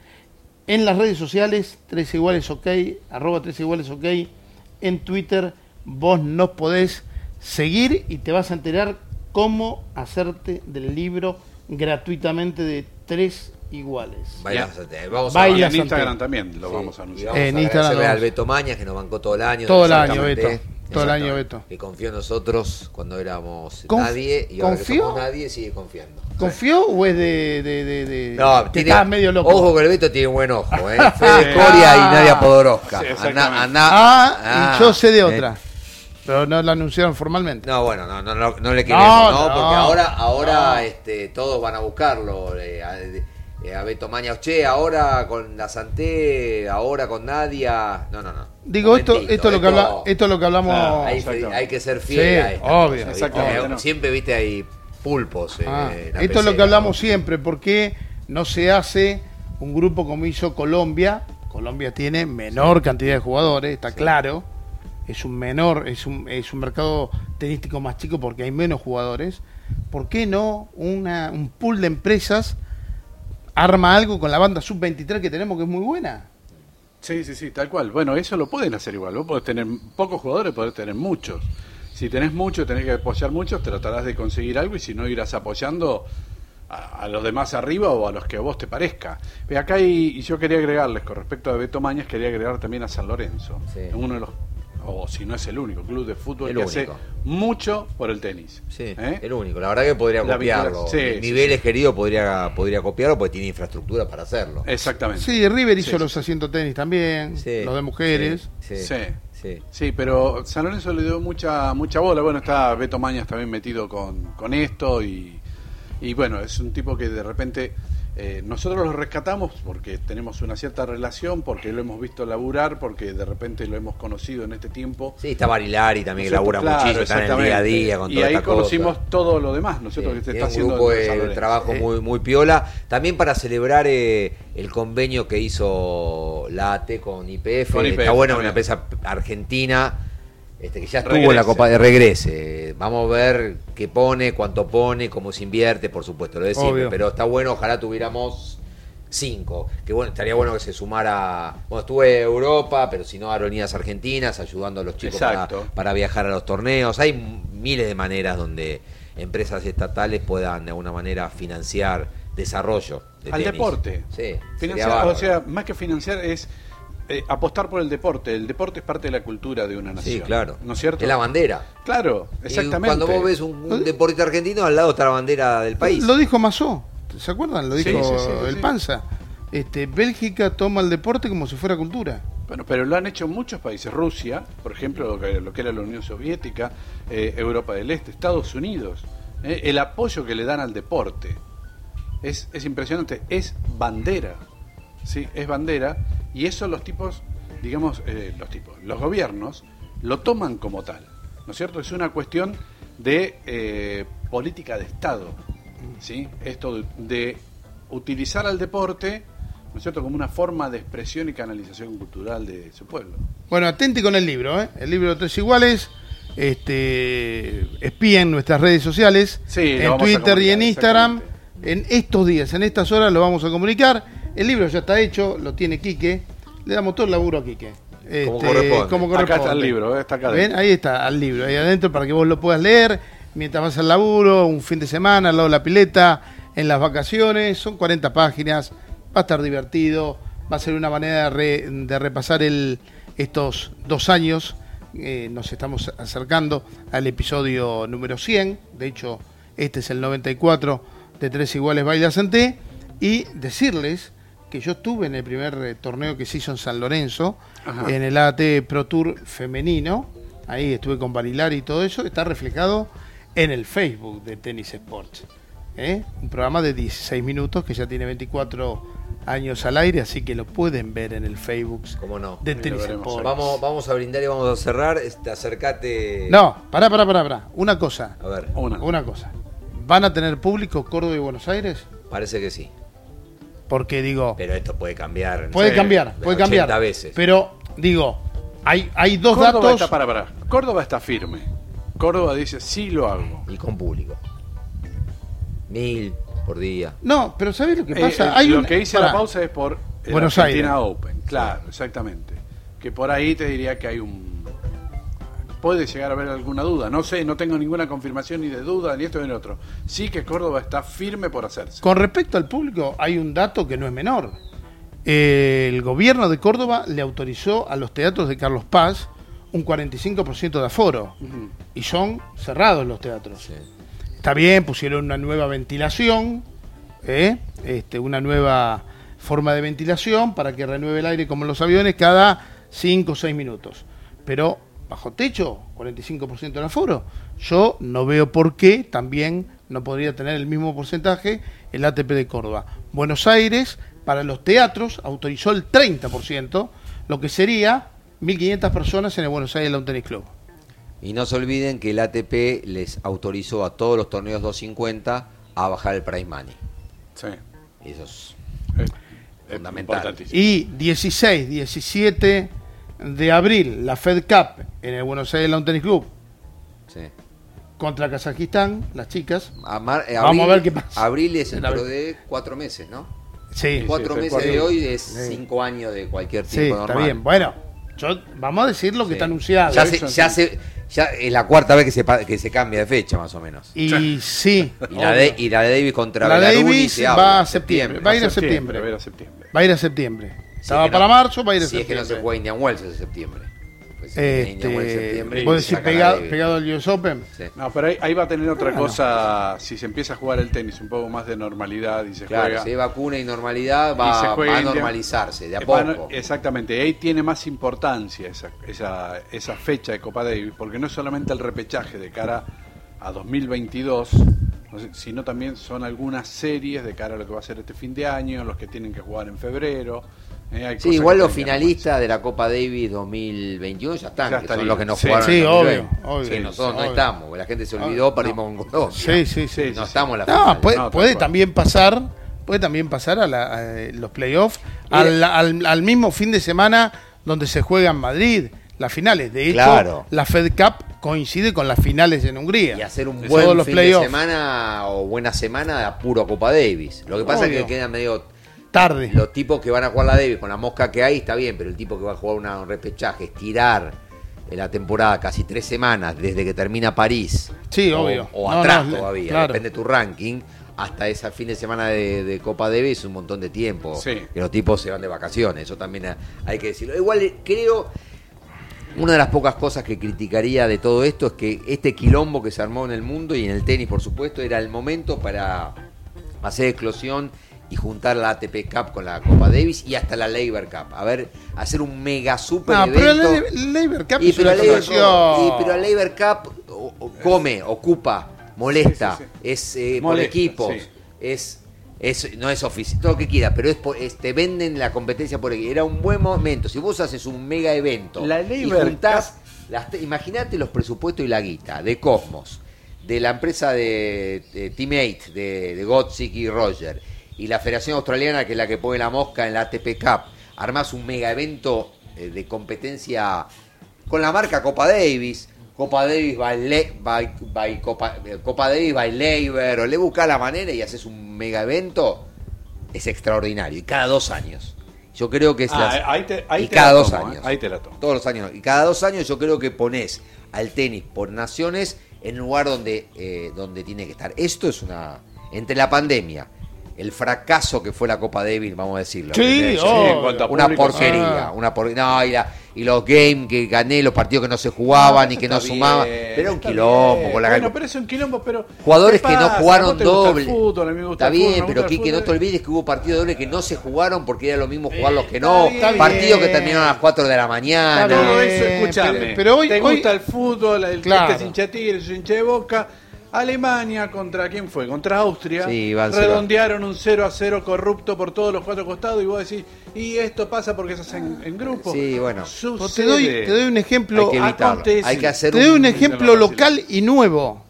[SPEAKER 5] En las redes sociales, Tres Iguales OK, arroba Tres Iguales OK. En Twitter, vos nos podés seguir y te vas a enterar cómo hacerte del libro gratuitamente de Tres Iguales.
[SPEAKER 3] Baila Santiago. Vamos a
[SPEAKER 4] y
[SPEAKER 5] Baila
[SPEAKER 4] en Instagram
[SPEAKER 5] Santiago.
[SPEAKER 4] también lo
[SPEAKER 3] Sí,
[SPEAKER 4] vamos a
[SPEAKER 3] y
[SPEAKER 4] anunciar.
[SPEAKER 3] vamos
[SPEAKER 5] En
[SPEAKER 3] a
[SPEAKER 5] Instagram
[SPEAKER 3] agradecerle
[SPEAKER 5] lo
[SPEAKER 3] al
[SPEAKER 5] vamos.
[SPEAKER 3] Beto Mañas que nos bancó todo el año.
[SPEAKER 5] Todo el año,
[SPEAKER 3] exactamente,
[SPEAKER 5] Beto. Todo el año,
[SPEAKER 3] exactamente,
[SPEAKER 5] Beto.
[SPEAKER 3] Que confió en nosotros cuando éramos
[SPEAKER 5] Conf-
[SPEAKER 3] nadie y ahora que
[SPEAKER 5] ¿confió?
[SPEAKER 3] somos nadie sigue confiando.
[SPEAKER 5] ¿Confió o es de... de, de- de-
[SPEAKER 3] No,
[SPEAKER 5] te
[SPEAKER 3] tiene-
[SPEAKER 5] estás medio loco?
[SPEAKER 3] Ojo que el Beto tiene buen ojo,
[SPEAKER 5] (laughs)
[SPEAKER 3] ¿eh? Fede Coria y Nadia Podoroska.
[SPEAKER 4] Sí, exactamente.
[SPEAKER 3] Ana,
[SPEAKER 5] Ah, y yo sé de
[SPEAKER 3] eh.
[SPEAKER 5] otra. Pero no la anunciaron formalmente.
[SPEAKER 3] No, bueno, no, no, no, no le queremos,
[SPEAKER 5] No,
[SPEAKER 3] ¿no?
[SPEAKER 5] no,
[SPEAKER 3] Porque ahora, ahora
[SPEAKER 5] no.
[SPEAKER 3] este, todos van a buscarlo. eh, a, eh, a Beto Mañas, che, ahora con la Santé, ahora con Nadia. No, no, no.
[SPEAKER 5] Digo, esto,
[SPEAKER 3] Momentito,
[SPEAKER 5] esto, es lo que habla, esto es lo que hablamos...
[SPEAKER 4] Ah,
[SPEAKER 3] Hay,
[SPEAKER 4] Exactamente.
[SPEAKER 3] hay que ser fiel
[SPEAKER 5] Sí,
[SPEAKER 3] a esto.
[SPEAKER 5] obvio,
[SPEAKER 4] exactamente, no.
[SPEAKER 3] Siempre, viste, hay pulpos. eh,
[SPEAKER 5] Ah,
[SPEAKER 3] en la
[SPEAKER 5] esto es lo que
[SPEAKER 3] pecera,
[SPEAKER 5] hablamos
[SPEAKER 3] ¿no?
[SPEAKER 5] siempre, porque no se hace un grupo como hizo Colombia. Colombia tiene menor cantidad de jugadores, está claro. Es un menor, es un, es un mercado tenístico más chico porque hay menos jugadores. ¿Por qué no una- un pool de empresas arma algo con la banda sub-23 que tenemos que es muy buena?
[SPEAKER 4] Sí, sí, sí, tal cual. Bueno, eso lo pueden hacer igual. Vos podés tener pocos jugadores, podés tener muchos. Si tenés muchos, tenés que apoyar muchos, tratarás de conseguir algo y si no, irás apoyando a, a los demás arriba o a los que a vos te parezca. Ve acá hay- y, yo quería agregarles, con respecto a Beto Mañas, quería agregar también a San Lorenzo.
[SPEAKER 3] Sí.
[SPEAKER 4] Es Uno de los, o si no es el único, club de fútbol
[SPEAKER 3] El
[SPEAKER 4] que hace
[SPEAKER 3] único.
[SPEAKER 4] mucho por el tenis.
[SPEAKER 3] Sí,
[SPEAKER 4] ¿Eh?
[SPEAKER 3] el único. La verdad que podría
[SPEAKER 4] La
[SPEAKER 3] copiarlo.
[SPEAKER 4] vinculación. Sí, sí,
[SPEAKER 3] Niveles querido podría, podría copiarlo porque tiene infraestructura para hacerlo.
[SPEAKER 4] Eh, Exactamente.
[SPEAKER 5] Sí, River hizo
[SPEAKER 4] Sí, sí,
[SPEAKER 5] los asientos tenis también,
[SPEAKER 3] Sí,
[SPEAKER 5] los de mujeres.
[SPEAKER 3] Sí. sí,
[SPEAKER 4] Sí.
[SPEAKER 3] sí.
[SPEAKER 4] Sí, pero San Lorenzo le dio mucha mucha bola. Bueno, está Beto Mañas también metido con, con esto y, y bueno, es un tipo que de repente eh, nosotros lo rescatamos porque tenemos una cierta relación, porque lo hemos visto laburar, porque de repente lo hemos conocido en este tiempo.
[SPEAKER 3] Sí, está Barilari también, que
[SPEAKER 4] ¿No es
[SPEAKER 3] labura
[SPEAKER 4] cierto? Claro,
[SPEAKER 3] muchísimo, está en el día a
[SPEAKER 4] exactamente.
[SPEAKER 3] día con
[SPEAKER 4] Y
[SPEAKER 3] toda
[SPEAKER 4] ahí
[SPEAKER 3] esta cosa.
[SPEAKER 4] conocimos todo lo demás, ¿no es
[SPEAKER 3] Sí,
[SPEAKER 4] cierto? que se
[SPEAKER 3] tiene
[SPEAKER 4] está
[SPEAKER 3] un
[SPEAKER 4] haciendo
[SPEAKER 3] grupo
[SPEAKER 4] en San
[SPEAKER 3] de
[SPEAKER 4] Lorenzo.
[SPEAKER 3] trabajo
[SPEAKER 4] Eh,
[SPEAKER 3] muy, muy piola. También para celebrar eh, el convenio que hizo la AT con IPF.
[SPEAKER 4] Con
[SPEAKER 3] Está
[SPEAKER 4] YPF
[SPEAKER 3] bueno que una
[SPEAKER 4] también.
[SPEAKER 3] empresa argentina este, que ya estuvo en
[SPEAKER 4] Regrese.
[SPEAKER 3] la Copa de Regrese. Vamos a ver qué pone, cuánto pone, cómo se invierte, por supuesto, lo de siempre.
[SPEAKER 5] Obvio.
[SPEAKER 3] Pero está bueno, ojalá tuviéramos cinco. Que bueno, estaría bueno que se sumara. Bueno, estuve Europa, pero si no, Aerolíneas Argentinas, ayudando a los chicos para,
[SPEAKER 4] Exacto.
[SPEAKER 3] para viajar a los torneos. Hay m- miles de maneras donde empresas estatales puedan de alguna manera financiar desarrollo de
[SPEAKER 4] Al
[SPEAKER 3] tenis.
[SPEAKER 4] deporte.
[SPEAKER 3] Sí. sería
[SPEAKER 4] Financiar, o
[SPEAKER 3] bárbaro.
[SPEAKER 4] sea, más que financiar es eh, apostar por el deporte. El deporte es parte de la cultura de una nación.
[SPEAKER 3] sí, claro.
[SPEAKER 4] ¿No es cierto?
[SPEAKER 3] Es la bandera.
[SPEAKER 4] Claro,
[SPEAKER 3] Y
[SPEAKER 4] exactamente. ¿Eh?
[SPEAKER 3] cuando vos ves un, un deporte argentino, al lado está la bandera del país.
[SPEAKER 5] Lo dijo Mazó, ¿se acuerdan? Lo
[SPEAKER 4] Sí,
[SPEAKER 5] dijo
[SPEAKER 4] sí, sí, sí,
[SPEAKER 5] el
[SPEAKER 4] sí.
[SPEAKER 5] Panza. Este, Bélgica toma el deporte como si fuera cultura.
[SPEAKER 4] Bueno, pero lo han hecho muchos países. Rusia, por ejemplo, lo que, lo que era la Unión Soviética, eh, Europa del Este, Estados Unidos. eh, el apoyo que le dan al deporte es, es impresionante. Es bandera. Sí, es bandera. Y eso los tipos, digamos, eh, los tipos, los gobiernos lo toman como tal. ¿No es cierto? Es una cuestión de eh, política de Estado. ¿sí? Esto de, de utilizar al deporte, ¿no es cierto?, como una forma de expresión y canalización cultural de su pueblo.
[SPEAKER 5] Bueno, atenti con el libro, ¿eh? El libro de Tres Iguales. Este, espíen nuestras redes sociales,
[SPEAKER 4] Sí, lo
[SPEAKER 5] en
[SPEAKER 4] vamos a
[SPEAKER 5] Twitter y en
[SPEAKER 4] comunicar,
[SPEAKER 5] Instagram.
[SPEAKER 4] exactamente.
[SPEAKER 5] En estos días, en estas horas, lo vamos a comunicar. El libro ya está hecho, lo tiene Quique. Le damos todo el laburo a Quique. Este,
[SPEAKER 3] corresponde.
[SPEAKER 5] como
[SPEAKER 4] Acá está el
[SPEAKER 5] corresponde.
[SPEAKER 4] libro, eh, está acá.
[SPEAKER 5] ¿Ven?
[SPEAKER 4] adentro.
[SPEAKER 5] Ahí está, al libro, ahí adentro, para que vos lo puedas leer mientras vas al laburo, un fin de semana, al lado de la pileta, en las vacaciones. Son 40 páginas, va a estar divertido, va a ser una manera de, re- de repasar el, estos dos años. Eh, nos estamos acercando al episodio número 100, de hecho, este es el 94 de Tres Iguales Bailas Santé. Y decirles que yo estuve en el primer eh, torneo que se hizo en San Lorenzo,
[SPEAKER 4] Ajá.
[SPEAKER 5] en el AT Pro Tour femenino. Ahí estuve con Barilar y todo eso. Está reflejado en el Facebook de Tennis Sports. ¿eh? Un programa de 16 minutos que ya tiene 24 años al aire, así que lo pueden ver en el Facebook
[SPEAKER 3] ¿Cómo no?
[SPEAKER 5] de
[SPEAKER 4] lo
[SPEAKER 5] Tennis
[SPEAKER 4] veremos.
[SPEAKER 5] Sports.
[SPEAKER 3] Vamos, vamos a brindar y vamos a cerrar. Este, acercate.
[SPEAKER 5] No, pará, pará, pará, pará. Una cosa,
[SPEAKER 4] Oh,
[SPEAKER 3] A ver.
[SPEAKER 4] Una.
[SPEAKER 5] una cosa. ¿Van a tener público Córdoba y Buenos Aires?
[SPEAKER 3] Parece que sí.
[SPEAKER 5] Porque digo,
[SPEAKER 3] Pero esto puede cambiar. no
[SPEAKER 5] puede
[SPEAKER 3] sé,
[SPEAKER 5] cambiar, puede
[SPEAKER 3] 80
[SPEAKER 5] cambiar.
[SPEAKER 3] veces.
[SPEAKER 5] Pero digo, hay, hay dos
[SPEAKER 4] Córdoba
[SPEAKER 5] datos.
[SPEAKER 4] está para, para. Córdoba está firme. Córdoba dice, sí lo hago.
[SPEAKER 3] Y con público. Mil por día.
[SPEAKER 5] No, pero ¿sabés lo que
[SPEAKER 4] Eh,
[SPEAKER 5] pasa?
[SPEAKER 4] eh,
[SPEAKER 5] hay
[SPEAKER 4] lo
[SPEAKER 5] un-
[SPEAKER 4] que hice
[SPEAKER 5] pará.
[SPEAKER 4] la pausa es por el
[SPEAKER 5] Buenos
[SPEAKER 4] Argentina
[SPEAKER 5] Aires.
[SPEAKER 4] Open, claro, exactamente. Que por ahí te diría que hay un puede llegar a haber alguna duda, no sé, no tengo ninguna confirmación ni de duda ni esto ni otro. Sí que Córdoba está firme por hacerse.
[SPEAKER 5] Con respecto al público, hay un dato que no es menor. Eh, El gobierno de Córdoba le autorizó a los teatros de Carlos Paz un 45% de aforo. Y son cerrados los teatros. Está bien, pusieron una nueva ventilación, ¿eh? este, una nueva forma de ventilación para que renueve el aire como en los aviones cada 5 o 6 minutos. Pero bajo techo, 45% del aforo. Yo no veo por qué también no podría tener el mismo porcentaje el ATP de Córdoba. Buenos Aires, para los teatros, autorizó el 30%, lo que sería 1.500 personas en el Buenos Aires Lawn Tennis Club.
[SPEAKER 3] Y no se olviden que el ATP les autorizó a todos los torneos 250 a bajar el price money.
[SPEAKER 4] Sí.
[SPEAKER 3] Eso es-
[SPEAKER 4] Es- es
[SPEAKER 3] Fundamental.
[SPEAKER 4] importantísimo.
[SPEAKER 5] Y 16, 17 de abril, la Fed Cup en el Buenos Aires Lawn Tennis Club
[SPEAKER 3] sí.
[SPEAKER 5] contra Kazajistán, las chicas.
[SPEAKER 3] A mar- eh,
[SPEAKER 5] Vamos a
[SPEAKER 3] abril-
[SPEAKER 5] ver qué pasa.
[SPEAKER 3] Abril es
[SPEAKER 5] La
[SPEAKER 3] dentro
[SPEAKER 5] ve-
[SPEAKER 3] de cuatro meses, ¿no?
[SPEAKER 5] Sí,
[SPEAKER 3] cuatro
[SPEAKER 4] sí,
[SPEAKER 3] meses
[SPEAKER 4] cuatro
[SPEAKER 3] de
[SPEAKER 4] meses.
[SPEAKER 3] hoy es cinco años de cualquier tipo
[SPEAKER 5] sí, está
[SPEAKER 3] normal.
[SPEAKER 5] bien. Bueno, yo- vamos a decir lo que
[SPEAKER 3] Sí.
[SPEAKER 5] está anunciado.
[SPEAKER 3] Ya,
[SPEAKER 4] ¿eh?
[SPEAKER 3] se- ya se- ya es la cuarta vez que se, pa- que se cambia de fecha, más o menos.
[SPEAKER 5] Y sí,
[SPEAKER 3] Y la, de, y la de Davis contra ah,
[SPEAKER 5] La
[SPEAKER 3] Belaruni
[SPEAKER 5] Davis
[SPEAKER 3] se habla,
[SPEAKER 5] va a septiembre, va a ir a septiembre.
[SPEAKER 4] a ver a septiembre.
[SPEAKER 5] va a ir a septiembre.
[SPEAKER 3] Si
[SPEAKER 5] Estaba
[SPEAKER 3] es que
[SPEAKER 5] para
[SPEAKER 3] no-
[SPEAKER 5] marzo, va a ir
[SPEAKER 3] Si
[SPEAKER 5] a
[SPEAKER 3] es que
[SPEAKER 5] septiembre.
[SPEAKER 3] no se juega Indian Wells en septiembre. Pues si juega Indian Wells en septiembre
[SPEAKER 5] Este,
[SPEAKER 3] y
[SPEAKER 5] vos
[SPEAKER 3] saca
[SPEAKER 5] decís
[SPEAKER 3] la
[SPEAKER 5] pegado,
[SPEAKER 3] Davis.
[SPEAKER 5] pegado al US Open.
[SPEAKER 3] Sí.
[SPEAKER 4] No, pero ahí, ahí va a tener otra cosa si se empieza a jugar el tenis un poco más de normalidad y se
[SPEAKER 3] Claro,
[SPEAKER 4] juega
[SPEAKER 3] si hay vacuna y normalidad, va,
[SPEAKER 4] y se juega
[SPEAKER 3] va a
[SPEAKER 4] Indian-
[SPEAKER 3] normalizarse de a
[SPEAKER 4] Eh, van-
[SPEAKER 3] poco.
[SPEAKER 4] Exactamente, ahí tiene más importancia esa, esa, esa fecha de Copa Davis, porque no es solamente el repechaje de cara a 2022, no sé, sino también son algunas series de cara a lo que va a ser este fin de año, los que tienen que jugar en febrero. eh, hay
[SPEAKER 3] Sí,
[SPEAKER 4] cosas
[SPEAKER 3] igual
[SPEAKER 4] que
[SPEAKER 3] los
[SPEAKER 4] tienen que
[SPEAKER 3] finalistas de la Copa Davis 2021 ya están,
[SPEAKER 4] Ya
[SPEAKER 3] que
[SPEAKER 4] estarían.
[SPEAKER 3] son los que no
[SPEAKER 4] Sí,
[SPEAKER 3] jugaron. en
[SPEAKER 5] sí,
[SPEAKER 3] el
[SPEAKER 5] obvio,
[SPEAKER 3] 2020.
[SPEAKER 5] obvio.
[SPEAKER 3] Sí, nosotros
[SPEAKER 5] Obvio.
[SPEAKER 3] no estamos, la gente se olvidó,
[SPEAKER 5] Ah,
[SPEAKER 3] perdimos con Colombia.
[SPEAKER 5] Sí, sí, sí.
[SPEAKER 4] Sí,
[SPEAKER 3] No estamos en la
[SPEAKER 5] No,
[SPEAKER 3] final.
[SPEAKER 5] puede,
[SPEAKER 4] No, tal
[SPEAKER 5] puede
[SPEAKER 4] cual.
[SPEAKER 5] también pasar, puede también pasar a, la- a, eh, los playoffs al, al- al mismo fin de semana donde se juega en Madrid las finales. De hecho,
[SPEAKER 3] Claro.
[SPEAKER 5] la Fed Cup coincide con las finales en Hungría.
[SPEAKER 3] y hacer un
[SPEAKER 5] Todos
[SPEAKER 3] buen
[SPEAKER 5] los
[SPEAKER 3] fin
[SPEAKER 5] playoffs.
[SPEAKER 3] de semana o buena semana a puro Copa Davis. Lo que pasa es
[SPEAKER 5] Obvio.
[SPEAKER 3] que quedan medio
[SPEAKER 5] Tarde.
[SPEAKER 3] los tipos que van a jugar la Davis con la mosca que hay está bien, pero el tipo que va a jugar una- un repechaje, estirar eh, la temporada casi tres semanas desde que termina París.
[SPEAKER 5] Sí,
[SPEAKER 3] o,
[SPEAKER 5] obvio.
[SPEAKER 3] O
[SPEAKER 5] No,
[SPEAKER 3] atrás
[SPEAKER 5] no,
[SPEAKER 3] todavía,
[SPEAKER 5] claro.
[SPEAKER 3] depende de tu ranking. Hasta ese fin de semana de, de Copa Davis, un montón de tiempo.
[SPEAKER 4] Sí.
[SPEAKER 3] Que los tipos se van de vacaciones, eso también ha- hay que decirlo. Igual eh, creo, una de las pocas cosas que criticaría de todo esto es que este quilombo que se armó en el mundo y en el tenis, por supuesto, era el momento para hacer explosión y juntar la ATP Cup con la Copa Davis y hasta la Labor Cup. A ver, hacer un mega super
[SPEAKER 5] No, pero
[SPEAKER 3] evento.
[SPEAKER 5] el- el Labor Cup
[SPEAKER 3] y,
[SPEAKER 5] es
[SPEAKER 3] pero
[SPEAKER 5] una
[SPEAKER 3] la Labor,
[SPEAKER 5] situación.
[SPEAKER 3] y pero la Labor Cup o- o come, ocupa, molesta,
[SPEAKER 4] Sí, sí,
[SPEAKER 3] es eh, por
[SPEAKER 4] Molesta,
[SPEAKER 3] equipos,
[SPEAKER 4] sí.
[SPEAKER 3] es, es no es oficial, todo lo que quieras, pero es, por- es- te venden la competencia por equipo. Era un buen momento. Si vos haces un mega evento
[SPEAKER 4] La
[SPEAKER 3] y
[SPEAKER 4] Labor
[SPEAKER 3] juntás, las te- imagínate los presupuestos y la guita de Cosmos, de la empresa de, de Teammate, de, de Gottsick y Roger, y la Federación Australiana, que es la que pone la mosca en la ATP Cup. Armás un mega evento eh, de competencia con la marca Copa Davis. Copa Davis by, Le- by- by Copa, eh, Copa Davis by Labor, o le buscás la manera y haces un mega evento, es extraordinario. Y cada dos años. Yo creo que es
[SPEAKER 4] Ah,
[SPEAKER 3] las-
[SPEAKER 4] ahí te- ahí
[SPEAKER 3] y
[SPEAKER 4] te
[SPEAKER 3] cada
[SPEAKER 4] la
[SPEAKER 3] dos
[SPEAKER 4] tomo,
[SPEAKER 3] años.
[SPEAKER 4] eh. Ahí te la tomo.
[SPEAKER 3] Todos los años. Y cada dos años yo creo que pones al tenis por naciones en un lugar donde, eh, donde tiene que estar. Esto es una. Entre la pandemia, el fracaso que fue la Copa Davis, vamos a decirlo.
[SPEAKER 5] Sí,
[SPEAKER 3] ¿entendés?
[SPEAKER 5] obvio.
[SPEAKER 4] Sí, en cuanto a
[SPEAKER 3] Una
[SPEAKER 4] público,
[SPEAKER 3] porquería,
[SPEAKER 5] Ah.
[SPEAKER 3] una por- no, y, la- y los games que gané, los partidos que no se jugaban y que no
[SPEAKER 4] Ah, Está
[SPEAKER 3] sumaban.
[SPEAKER 4] bien,
[SPEAKER 3] Pero era un
[SPEAKER 4] está
[SPEAKER 3] quilombo
[SPEAKER 4] bien.
[SPEAKER 3] con la
[SPEAKER 4] Bueno, pero es un quilombo, pero.
[SPEAKER 3] Jugadores
[SPEAKER 4] ¿qué
[SPEAKER 3] que no
[SPEAKER 4] pasa? ¿Vos
[SPEAKER 3] jugaron
[SPEAKER 4] te gusta el
[SPEAKER 3] doble.
[SPEAKER 4] fútbol, a mí me gusta
[SPEAKER 3] está
[SPEAKER 4] el
[SPEAKER 3] bien,
[SPEAKER 4] fútbol, me
[SPEAKER 3] pero
[SPEAKER 4] gusta el
[SPEAKER 3] Kiki, no te
[SPEAKER 4] fútbol.
[SPEAKER 3] olvides que hubo partidos dobles que no se jugaron porque era lo mismo jugar los que no.
[SPEAKER 4] está bien.
[SPEAKER 3] Partidos que terminaron a las 4 de la mañana.
[SPEAKER 5] Está
[SPEAKER 4] Todo
[SPEAKER 5] bien,
[SPEAKER 4] eso, escúchame.
[SPEAKER 5] pero- pero hoy-
[SPEAKER 4] ¿Te
[SPEAKER 5] hoy-
[SPEAKER 4] gusta el fútbol? El,
[SPEAKER 5] Claro.
[SPEAKER 4] Este es hincha de Tigre, es hincha de Boca. Alemania, ¿contra quién fue? Contra Austria.
[SPEAKER 3] Sí, van cero.
[SPEAKER 4] Redondearon un 0 a 0 corrupto por todos los cuatro costados. Y vos decís, y esto pasa porque se hacen en grupo.
[SPEAKER 3] Sí, bueno.
[SPEAKER 5] Pero Pues te, doy, te doy un
[SPEAKER 3] Hay
[SPEAKER 5] ejemplo,
[SPEAKER 3] que evitarlo.
[SPEAKER 4] acontece.
[SPEAKER 3] Hay que hacer
[SPEAKER 5] te doy un
[SPEAKER 3] un-
[SPEAKER 5] ejemplo local y nuevo.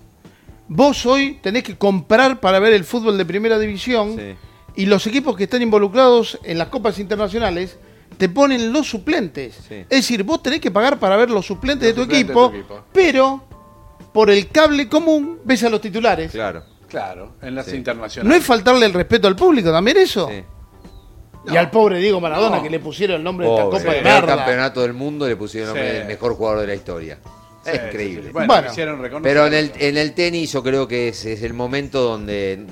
[SPEAKER 5] Vos hoy tenés que comprar para ver el fútbol de primera división
[SPEAKER 6] Sí.
[SPEAKER 5] y los equipos que están involucrados en las copas internacionales te ponen los suplentes.
[SPEAKER 6] Sí.
[SPEAKER 5] Es decir, vos tenés que pagar para ver los suplentes,
[SPEAKER 4] Los
[SPEAKER 5] de, tu
[SPEAKER 4] suplentes de
[SPEAKER 5] equipo,
[SPEAKER 4] tu equipo.
[SPEAKER 5] pero por el cable común ves a los titulares.
[SPEAKER 6] Claro.
[SPEAKER 4] Claro, en las
[SPEAKER 6] Sí.
[SPEAKER 5] ¿No es
[SPEAKER 4] internacionales.
[SPEAKER 5] faltarle el respeto al público también
[SPEAKER 3] Oh,
[SPEAKER 5] eso?
[SPEAKER 6] Sí.
[SPEAKER 5] Y al pobre Diego Maradona
[SPEAKER 4] No.
[SPEAKER 5] que le pusieron el nombre de esta
[SPEAKER 3] Pobre,
[SPEAKER 5] Copa de
[SPEAKER 3] el peor
[SPEAKER 5] Barra.
[SPEAKER 3] campeonato del mundo le pusieron el nombre
[SPEAKER 4] Sí.
[SPEAKER 3] del mejor jugador de la historia.
[SPEAKER 4] Eh, Sí,
[SPEAKER 3] es
[SPEAKER 4] sí,
[SPEAKER 3] increíble.
[SPEAKER 4] sí. Bueno,
[SPEAKER 5] Bueno.
[SPEAKER 4] quisieron reconocer
[SPEAKER 3] Pero en el,
[SPEAKER 4] eso.
[SPEAKER 3] en el tenis yo creo que es, es el momento donde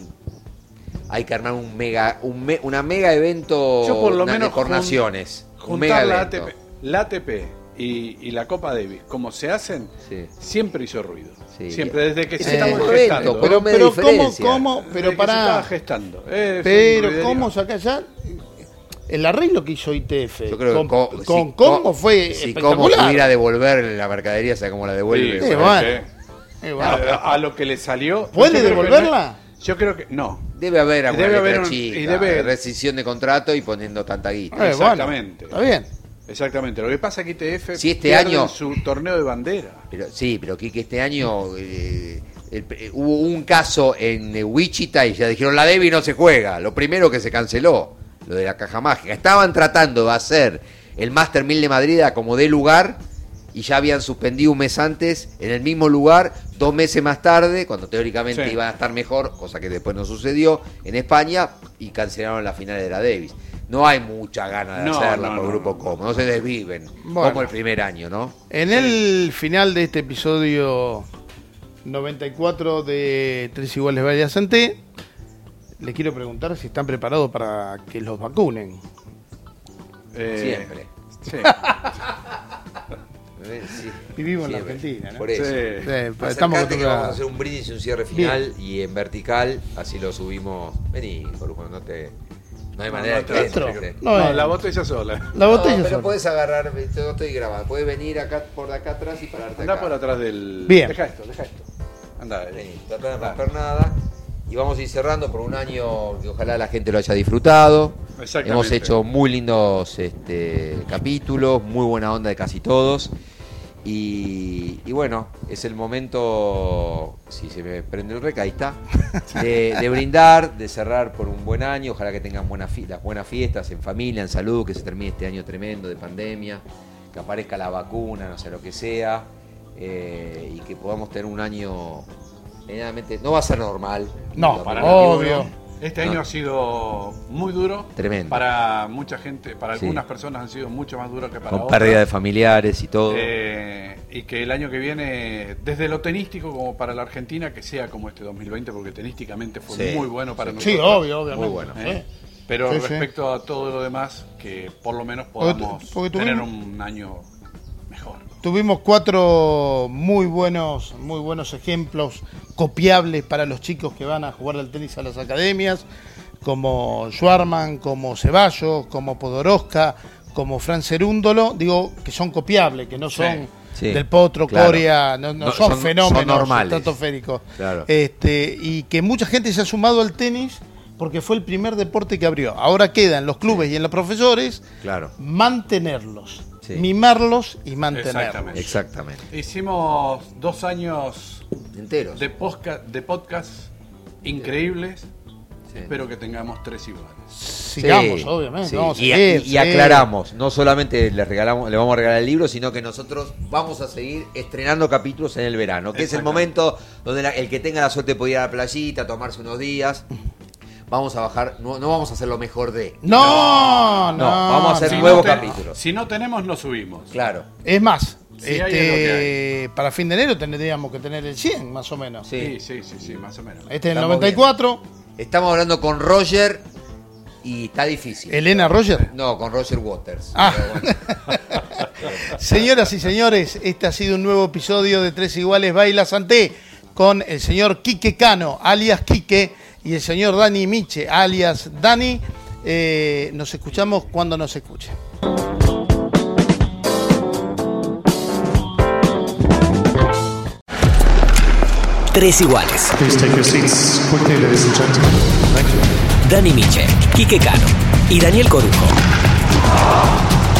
[SPEAKER 3] hay que armar un mega, un me- una mega evento
[SPEAKER 4] Yo por lo
[SPEAKER 3] na-
[SPEAKER 4] menos
[SPEAKER 3] por
[SPEAKER 4] jun-
[SPEAKER 3] naciones. Un mega
[SPEAKER 4] juntar la
[SPEAKER 3] evento.
[SPEAKER 4] ATP, la ATP y, y la Copa Davis, como se hacen,
[SPEAKER 3] Sí.
[SPEAKER 4] siempre hizo ruido.
[SPEAKER 3] Sí.
[SPEAKER 4] Siempre, desde que
[SPEAKER 3] Es
[SPEAKER 4] se estaba
[SPEAKER 3] un evento,
[SPEAKER 4] gestando.
[SPEAKER 3] pero me
[SPEAKER 5] Pero cómo,
[SPEAKER 3] diferencia.
[SPEAKER 5] cómo,
[SPEAKER 4] Desde
[SPEAKER 5] pero
[SPEAKER 4] que se estaba
[SPEAKER 5] para
[SPEAKER 4] gestando. Es un
[SPEAKER 5] Pero
[SPEAKER 4] ruiderío.
[SPEAKER 5] cómo saca ya el arreglo que hizo ITF
[SPEAKER 3] Yo creo
[SPEAKER 5] con,
[SPEAKER 3] que co-
[SPEAKER 5] con
[SPEAKER 3] si
[SPEAKER 5] Congo
[SPEAKER 3] co-
[SPEAKER 5] fue
[SPEAKER 3] Si Congo
[SPEAKER 5] espectacular.
[SPEAKER 3] pudiera devolver la mercadería, o sea, como la
[SPEAKER 4] Sí,
[SPEAKER 3] devuelve.
[SPEAKER 5] Sí,
[SPEAKER 4] porque
[SPEAKER 5] bueno. Eh, bueno,
[SPEAKER 4] a, a lo que le salió.
[SPEAKER 5] ¿Puede
[SPEAKER 4] yo creo que no-
[SPEAKER 5] devolverla?
[SPEAKER 4] yo creo que no.
[SPEAKER 3] Debe haber alguna
[SPEAKER 4] Debe
[SPEAKER 3] letra
[SPEAKER 4] haber un-
[SPEAKER 3] chica,
[SPEAKER 4] y debe-
[SPEAKER 3] de rescisión de contrato y poniendo tanta guita.
[SPEAKER 5] eh,
[SPEAKER 4] exactamente.
[SPEAKER 5] bueno, está bien.
[SPEAKER 4] Exactamente. Lo que pasa es que ITF
[SPEAKER 3] Si este
[SPEAKER 4] pierde
[SPEAKER 3] año-
[SPEAKER 4] su torneo de bandera.
[SPEAKER 3] Pero, sí, pero que este año eh, el- eh, hubo un caso en eh, Wichita y ya dijeron la Debbie no se juega. Lo primero que se canceló, lo de la caja mágica. Estaban tratando de hacer el Master 1000 de Madrid a como de lugar y ya habían suspendido un mes antes en el mismo lugar, dos meses más tarde, cuando teóricamente
[SPEAKER 4] Sí.
[SPEAKER 3] iban a estar mejor, cosa que después no sucedió, en España y cancelaron la final de la Davis. No hay mucha gana de
[SPEAKER 4] No,
[SPEAKER 3] hacerla
[SPEAKER 4] no,
[SPEAKER 3] por
[SPEAKER 4] no,
[SPEAKER 3] Grupo
[SPEAKER 4] no.
[SPEAKER 3] Como, no se desviven,
[SPEAKER 5] Bueno.
[SPEAKER 3] como el primer año, ¿no?
[SPEAKER 5] En el final de este episodio 94 de Tres Iguales Varias Santé, le quiero preguntar si están preparados para que los vacunen.
[SPEAKER 4] Eh,
[SPEAKER 3] Siempre.
[SPEAKER 4] Sí.
[SPEAKER 3] Eh, sí.
[SPEAKER 5] Vivimos en la
[SPEAKER 3] Siempre.
[SPEAKER 5] Argentina,
[SPEAKER 3] (laughs)
[SPEAKER 5] ¿no?
[SPEAKER 3] Por eso.
[SPEAKER 4] Sí.
[SPEAKER 5] Eh, pues, estamos
[SPEAKER 3] Acercate que vamos a
[SPEAKER 5] acostumbrados.
[SPEAKER 3] hacer un brindis y un cierre final y en vertical, así lo subimos. Vení, Corujo, no te. No hay manera
[SPEAKER 4] no
[SPEAKER 3] de
[SPEAKER 4] te
[SPEAKER 3] que
[SPEAKER 5] Dentro.
[SPEAKER 3] entre.
[SPEAKER 5] No,
[SPEAKER 4] No,
[SPEAKER 5] eh,
[SPEAKER 4] la
[SPEAKER 5] la,
[SPEAKER 4] botella sola.
[SPEAKER 5] botella
[SPEAKER 3] No, pero
[SPEAKER 5] sola.
[SPEAKER 3] puedes agarrar, yo no estoy grabando, puedes venir acá por acá atrás y pararte
[SPEAKER 4] Anda
[SPEAKER 3] acá.
[SPEAKER 4] por atrás del.
[SPEAKER 5] Bien.
[SPEAKER 4] Deja esto, deja esto. Anda,
[SPEAKER 3] Vení, tratá de no romper nada. Y vamos a ir cerrando por un año que ojalá la gente lo haya disfrutado.
[SPEAKER 4] Exactamente.
[SPEAKER 3] Hemos hecho muy lindos este, capítulos, muy buena onda de casi todos. Y, y bueno, es el momento, si se me prende el rec, ahí (laughs) está, de, de brindar, de cerrar por un buen año. Ojalá que tengan buenas, fi- las buenas fiestas en familia, en salud, que se termine este año tremendo de pandemia, que aparezca la vacuna, no sé lo que sea, eh, y que podamos tener un año. medianamente- No va a ser normal.
[SPEAKER 5] No,
[SPEAKER 3] el
[SPEAKER 5] para
[SPEAKER 3] 2021,
[SPEAKER 5] obvio.
[SPEAKER 4] Este
[SPEAKER 3] No.
[SPEAKER 4] año ha sido muy duro.
[SPEAKER 3] Tremendo.
[SPEAKER 4] Para mucha gente, para
[SPEAKER 3] Sí.
[SPEAKER 4] algunas personas han sido mucho más duros que para
[SPEAKER 3] Con
[SPEAKER 4] otras.
[SPEAKER 3] pérdida de familiares y todo.
[SPEAKER 4] Eh, y que el año que viene, desde lo tenístico como para la Argentina, que sea como este 2020, porque tenísticamente fue
[SPEAKER 3] Sí.
[SPEAKER 4] muy bueno para
[SPEAKER 5] Sí,
[SPEAKER 4] nosotros.
[SPEAKER 5] obvio, obvio.
[SPEAKER 3] Muy bueno.
[SPEAKER 4] ¿eh? Pero
[SPEAKER 5] Sí, sí.
[SPEAKER 4] respecto a todo lo demás, que por lo menos
[SPEAKER 5] Porque tu-
[SPEAKER 4] podamos
[SPEAKER 5] porque tuvimos-
[SPEAKER 4] tener un año mejor.
[SPEAKER 5] Tuvimos cuatro muy buenos, muy buenos ejemplos copiables para los chicos que van a jugar al tenis a las academias, como Schwarman, como Ceballos, como Podoroska, como Fran Cerúndolo, digo que son copiables, que no son
[SPEAKER 3] sí.
[SPEAKER 5] del Potro,
[SPEAKER 3] Claro.
[SPEAKER 5] Coria, no, no
[SPEAKER 3] No,
[SPEAKER 5] son,
[SPEAKER 3] son- son
[SPEAKER 5] fenómenos
[SPEAKER 3] normales.
[SPEAKER 5] estratosféricos.
[SPEAKER 3] Claro.
[SPEAKER 5] Este, y que mucha gente se ha sumado al tenis porque fue el primer deporte que abrió. Ahora queda en los clubes y en los profesores
[SPEAKER 3] Claro.
[SPEAKER 5] mantenerlos,
[SPEAKER 3] Sí.
[SPEAKER 5] mimarlos y mantenerlos.
[SPEAKER 4] Exactamente.
[SPEAKER 3] Exactamente.
[SPEAKER 4] Hicimos dos años
[SPEAKER 3] Enteros.
[SPEAKER 4] de, posca- de podcast increíbles.
[SPEAKER 3] Sí.
[SPEAKER 4] Espero que tengamos tres iguales.
[SPEAKER 5] Sigamos,
[SPEAKER 3] Sí,
[SPEAKER 5] obviamente.
[SPEAKER 3] sí.
[SPEAKER 5] vamos a
[SPEAKER 3] y,
[SPEAKER 5] seguir,
[SPEAKER 3] y- y
[SPEAKER 5] sí.
[SPEAKER 3] aclaramos, no solamente le regalamos, le vamos a regalar el libro, sino que nosotros vamos a seguir estrenando capítulos en el verano, que es el
[SPEAKER 4] Exactamente.
[SPEAKER 3] momento donde la- el que tenga la suerte puede ir a la playita, tomarse unos días. Vamos a bajar, no, no vamos a hacer lo mejor de.
[SPEAKER 5] No, no,
[SPEAKER 3] No, vamos a hacer
[SPEAKER 5] no.
[SPEAKER 3] nuevo
[SPEAKER 4] no te-
[SPEAKER 3] capítulo.
[SPEAKER 4] Si no tenemos, no subimos.
[SPEAKER 3] Claro.
[SPEAKER 5] Es más,
[SPEAKER 4] Sí, hay
[SPEAKER 5] este,
[SPEAKER 4] es lo que
[SPEAKER 5] para fin de enero tendríamos que tener el 100, más o menos.
[SPEAKER 4] Sí, sí, sí, sí, más o menos.
[SPEAKER 5] Este es el
[SPEAKER 3] Estamos
[SPEAKER 5] 94,
[SPEAKER 3] Estamos hablando con Roger y está difícil.
[SPEAKER 5] Elena Roger.
[SPEAKER 3] No, con Roger Waters.
[SPEAKER 5] Ah.
[SPEAKER 3] Pero bueno.
[SPEAKER 5] (laughs) Señoras y señores, este ha sido un nuevo episodio de Tres Iguales Baila Santé con el señor Quique Cano, alias Quique, y el señor Dani Miche, alias Dani. Eh, nos escuchamos cuando nos escuchen.
[SPEAKER 1] Tres iguales.
[SPEAKER 2] Please take your seats quickly, ladies and gentlemen. Thank you.
[SPEAKER 1] Dani Miche, Quique Cano y Daniel Corujo.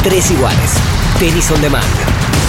[SPEAKER 1] Tres iguales. Tenis on demand.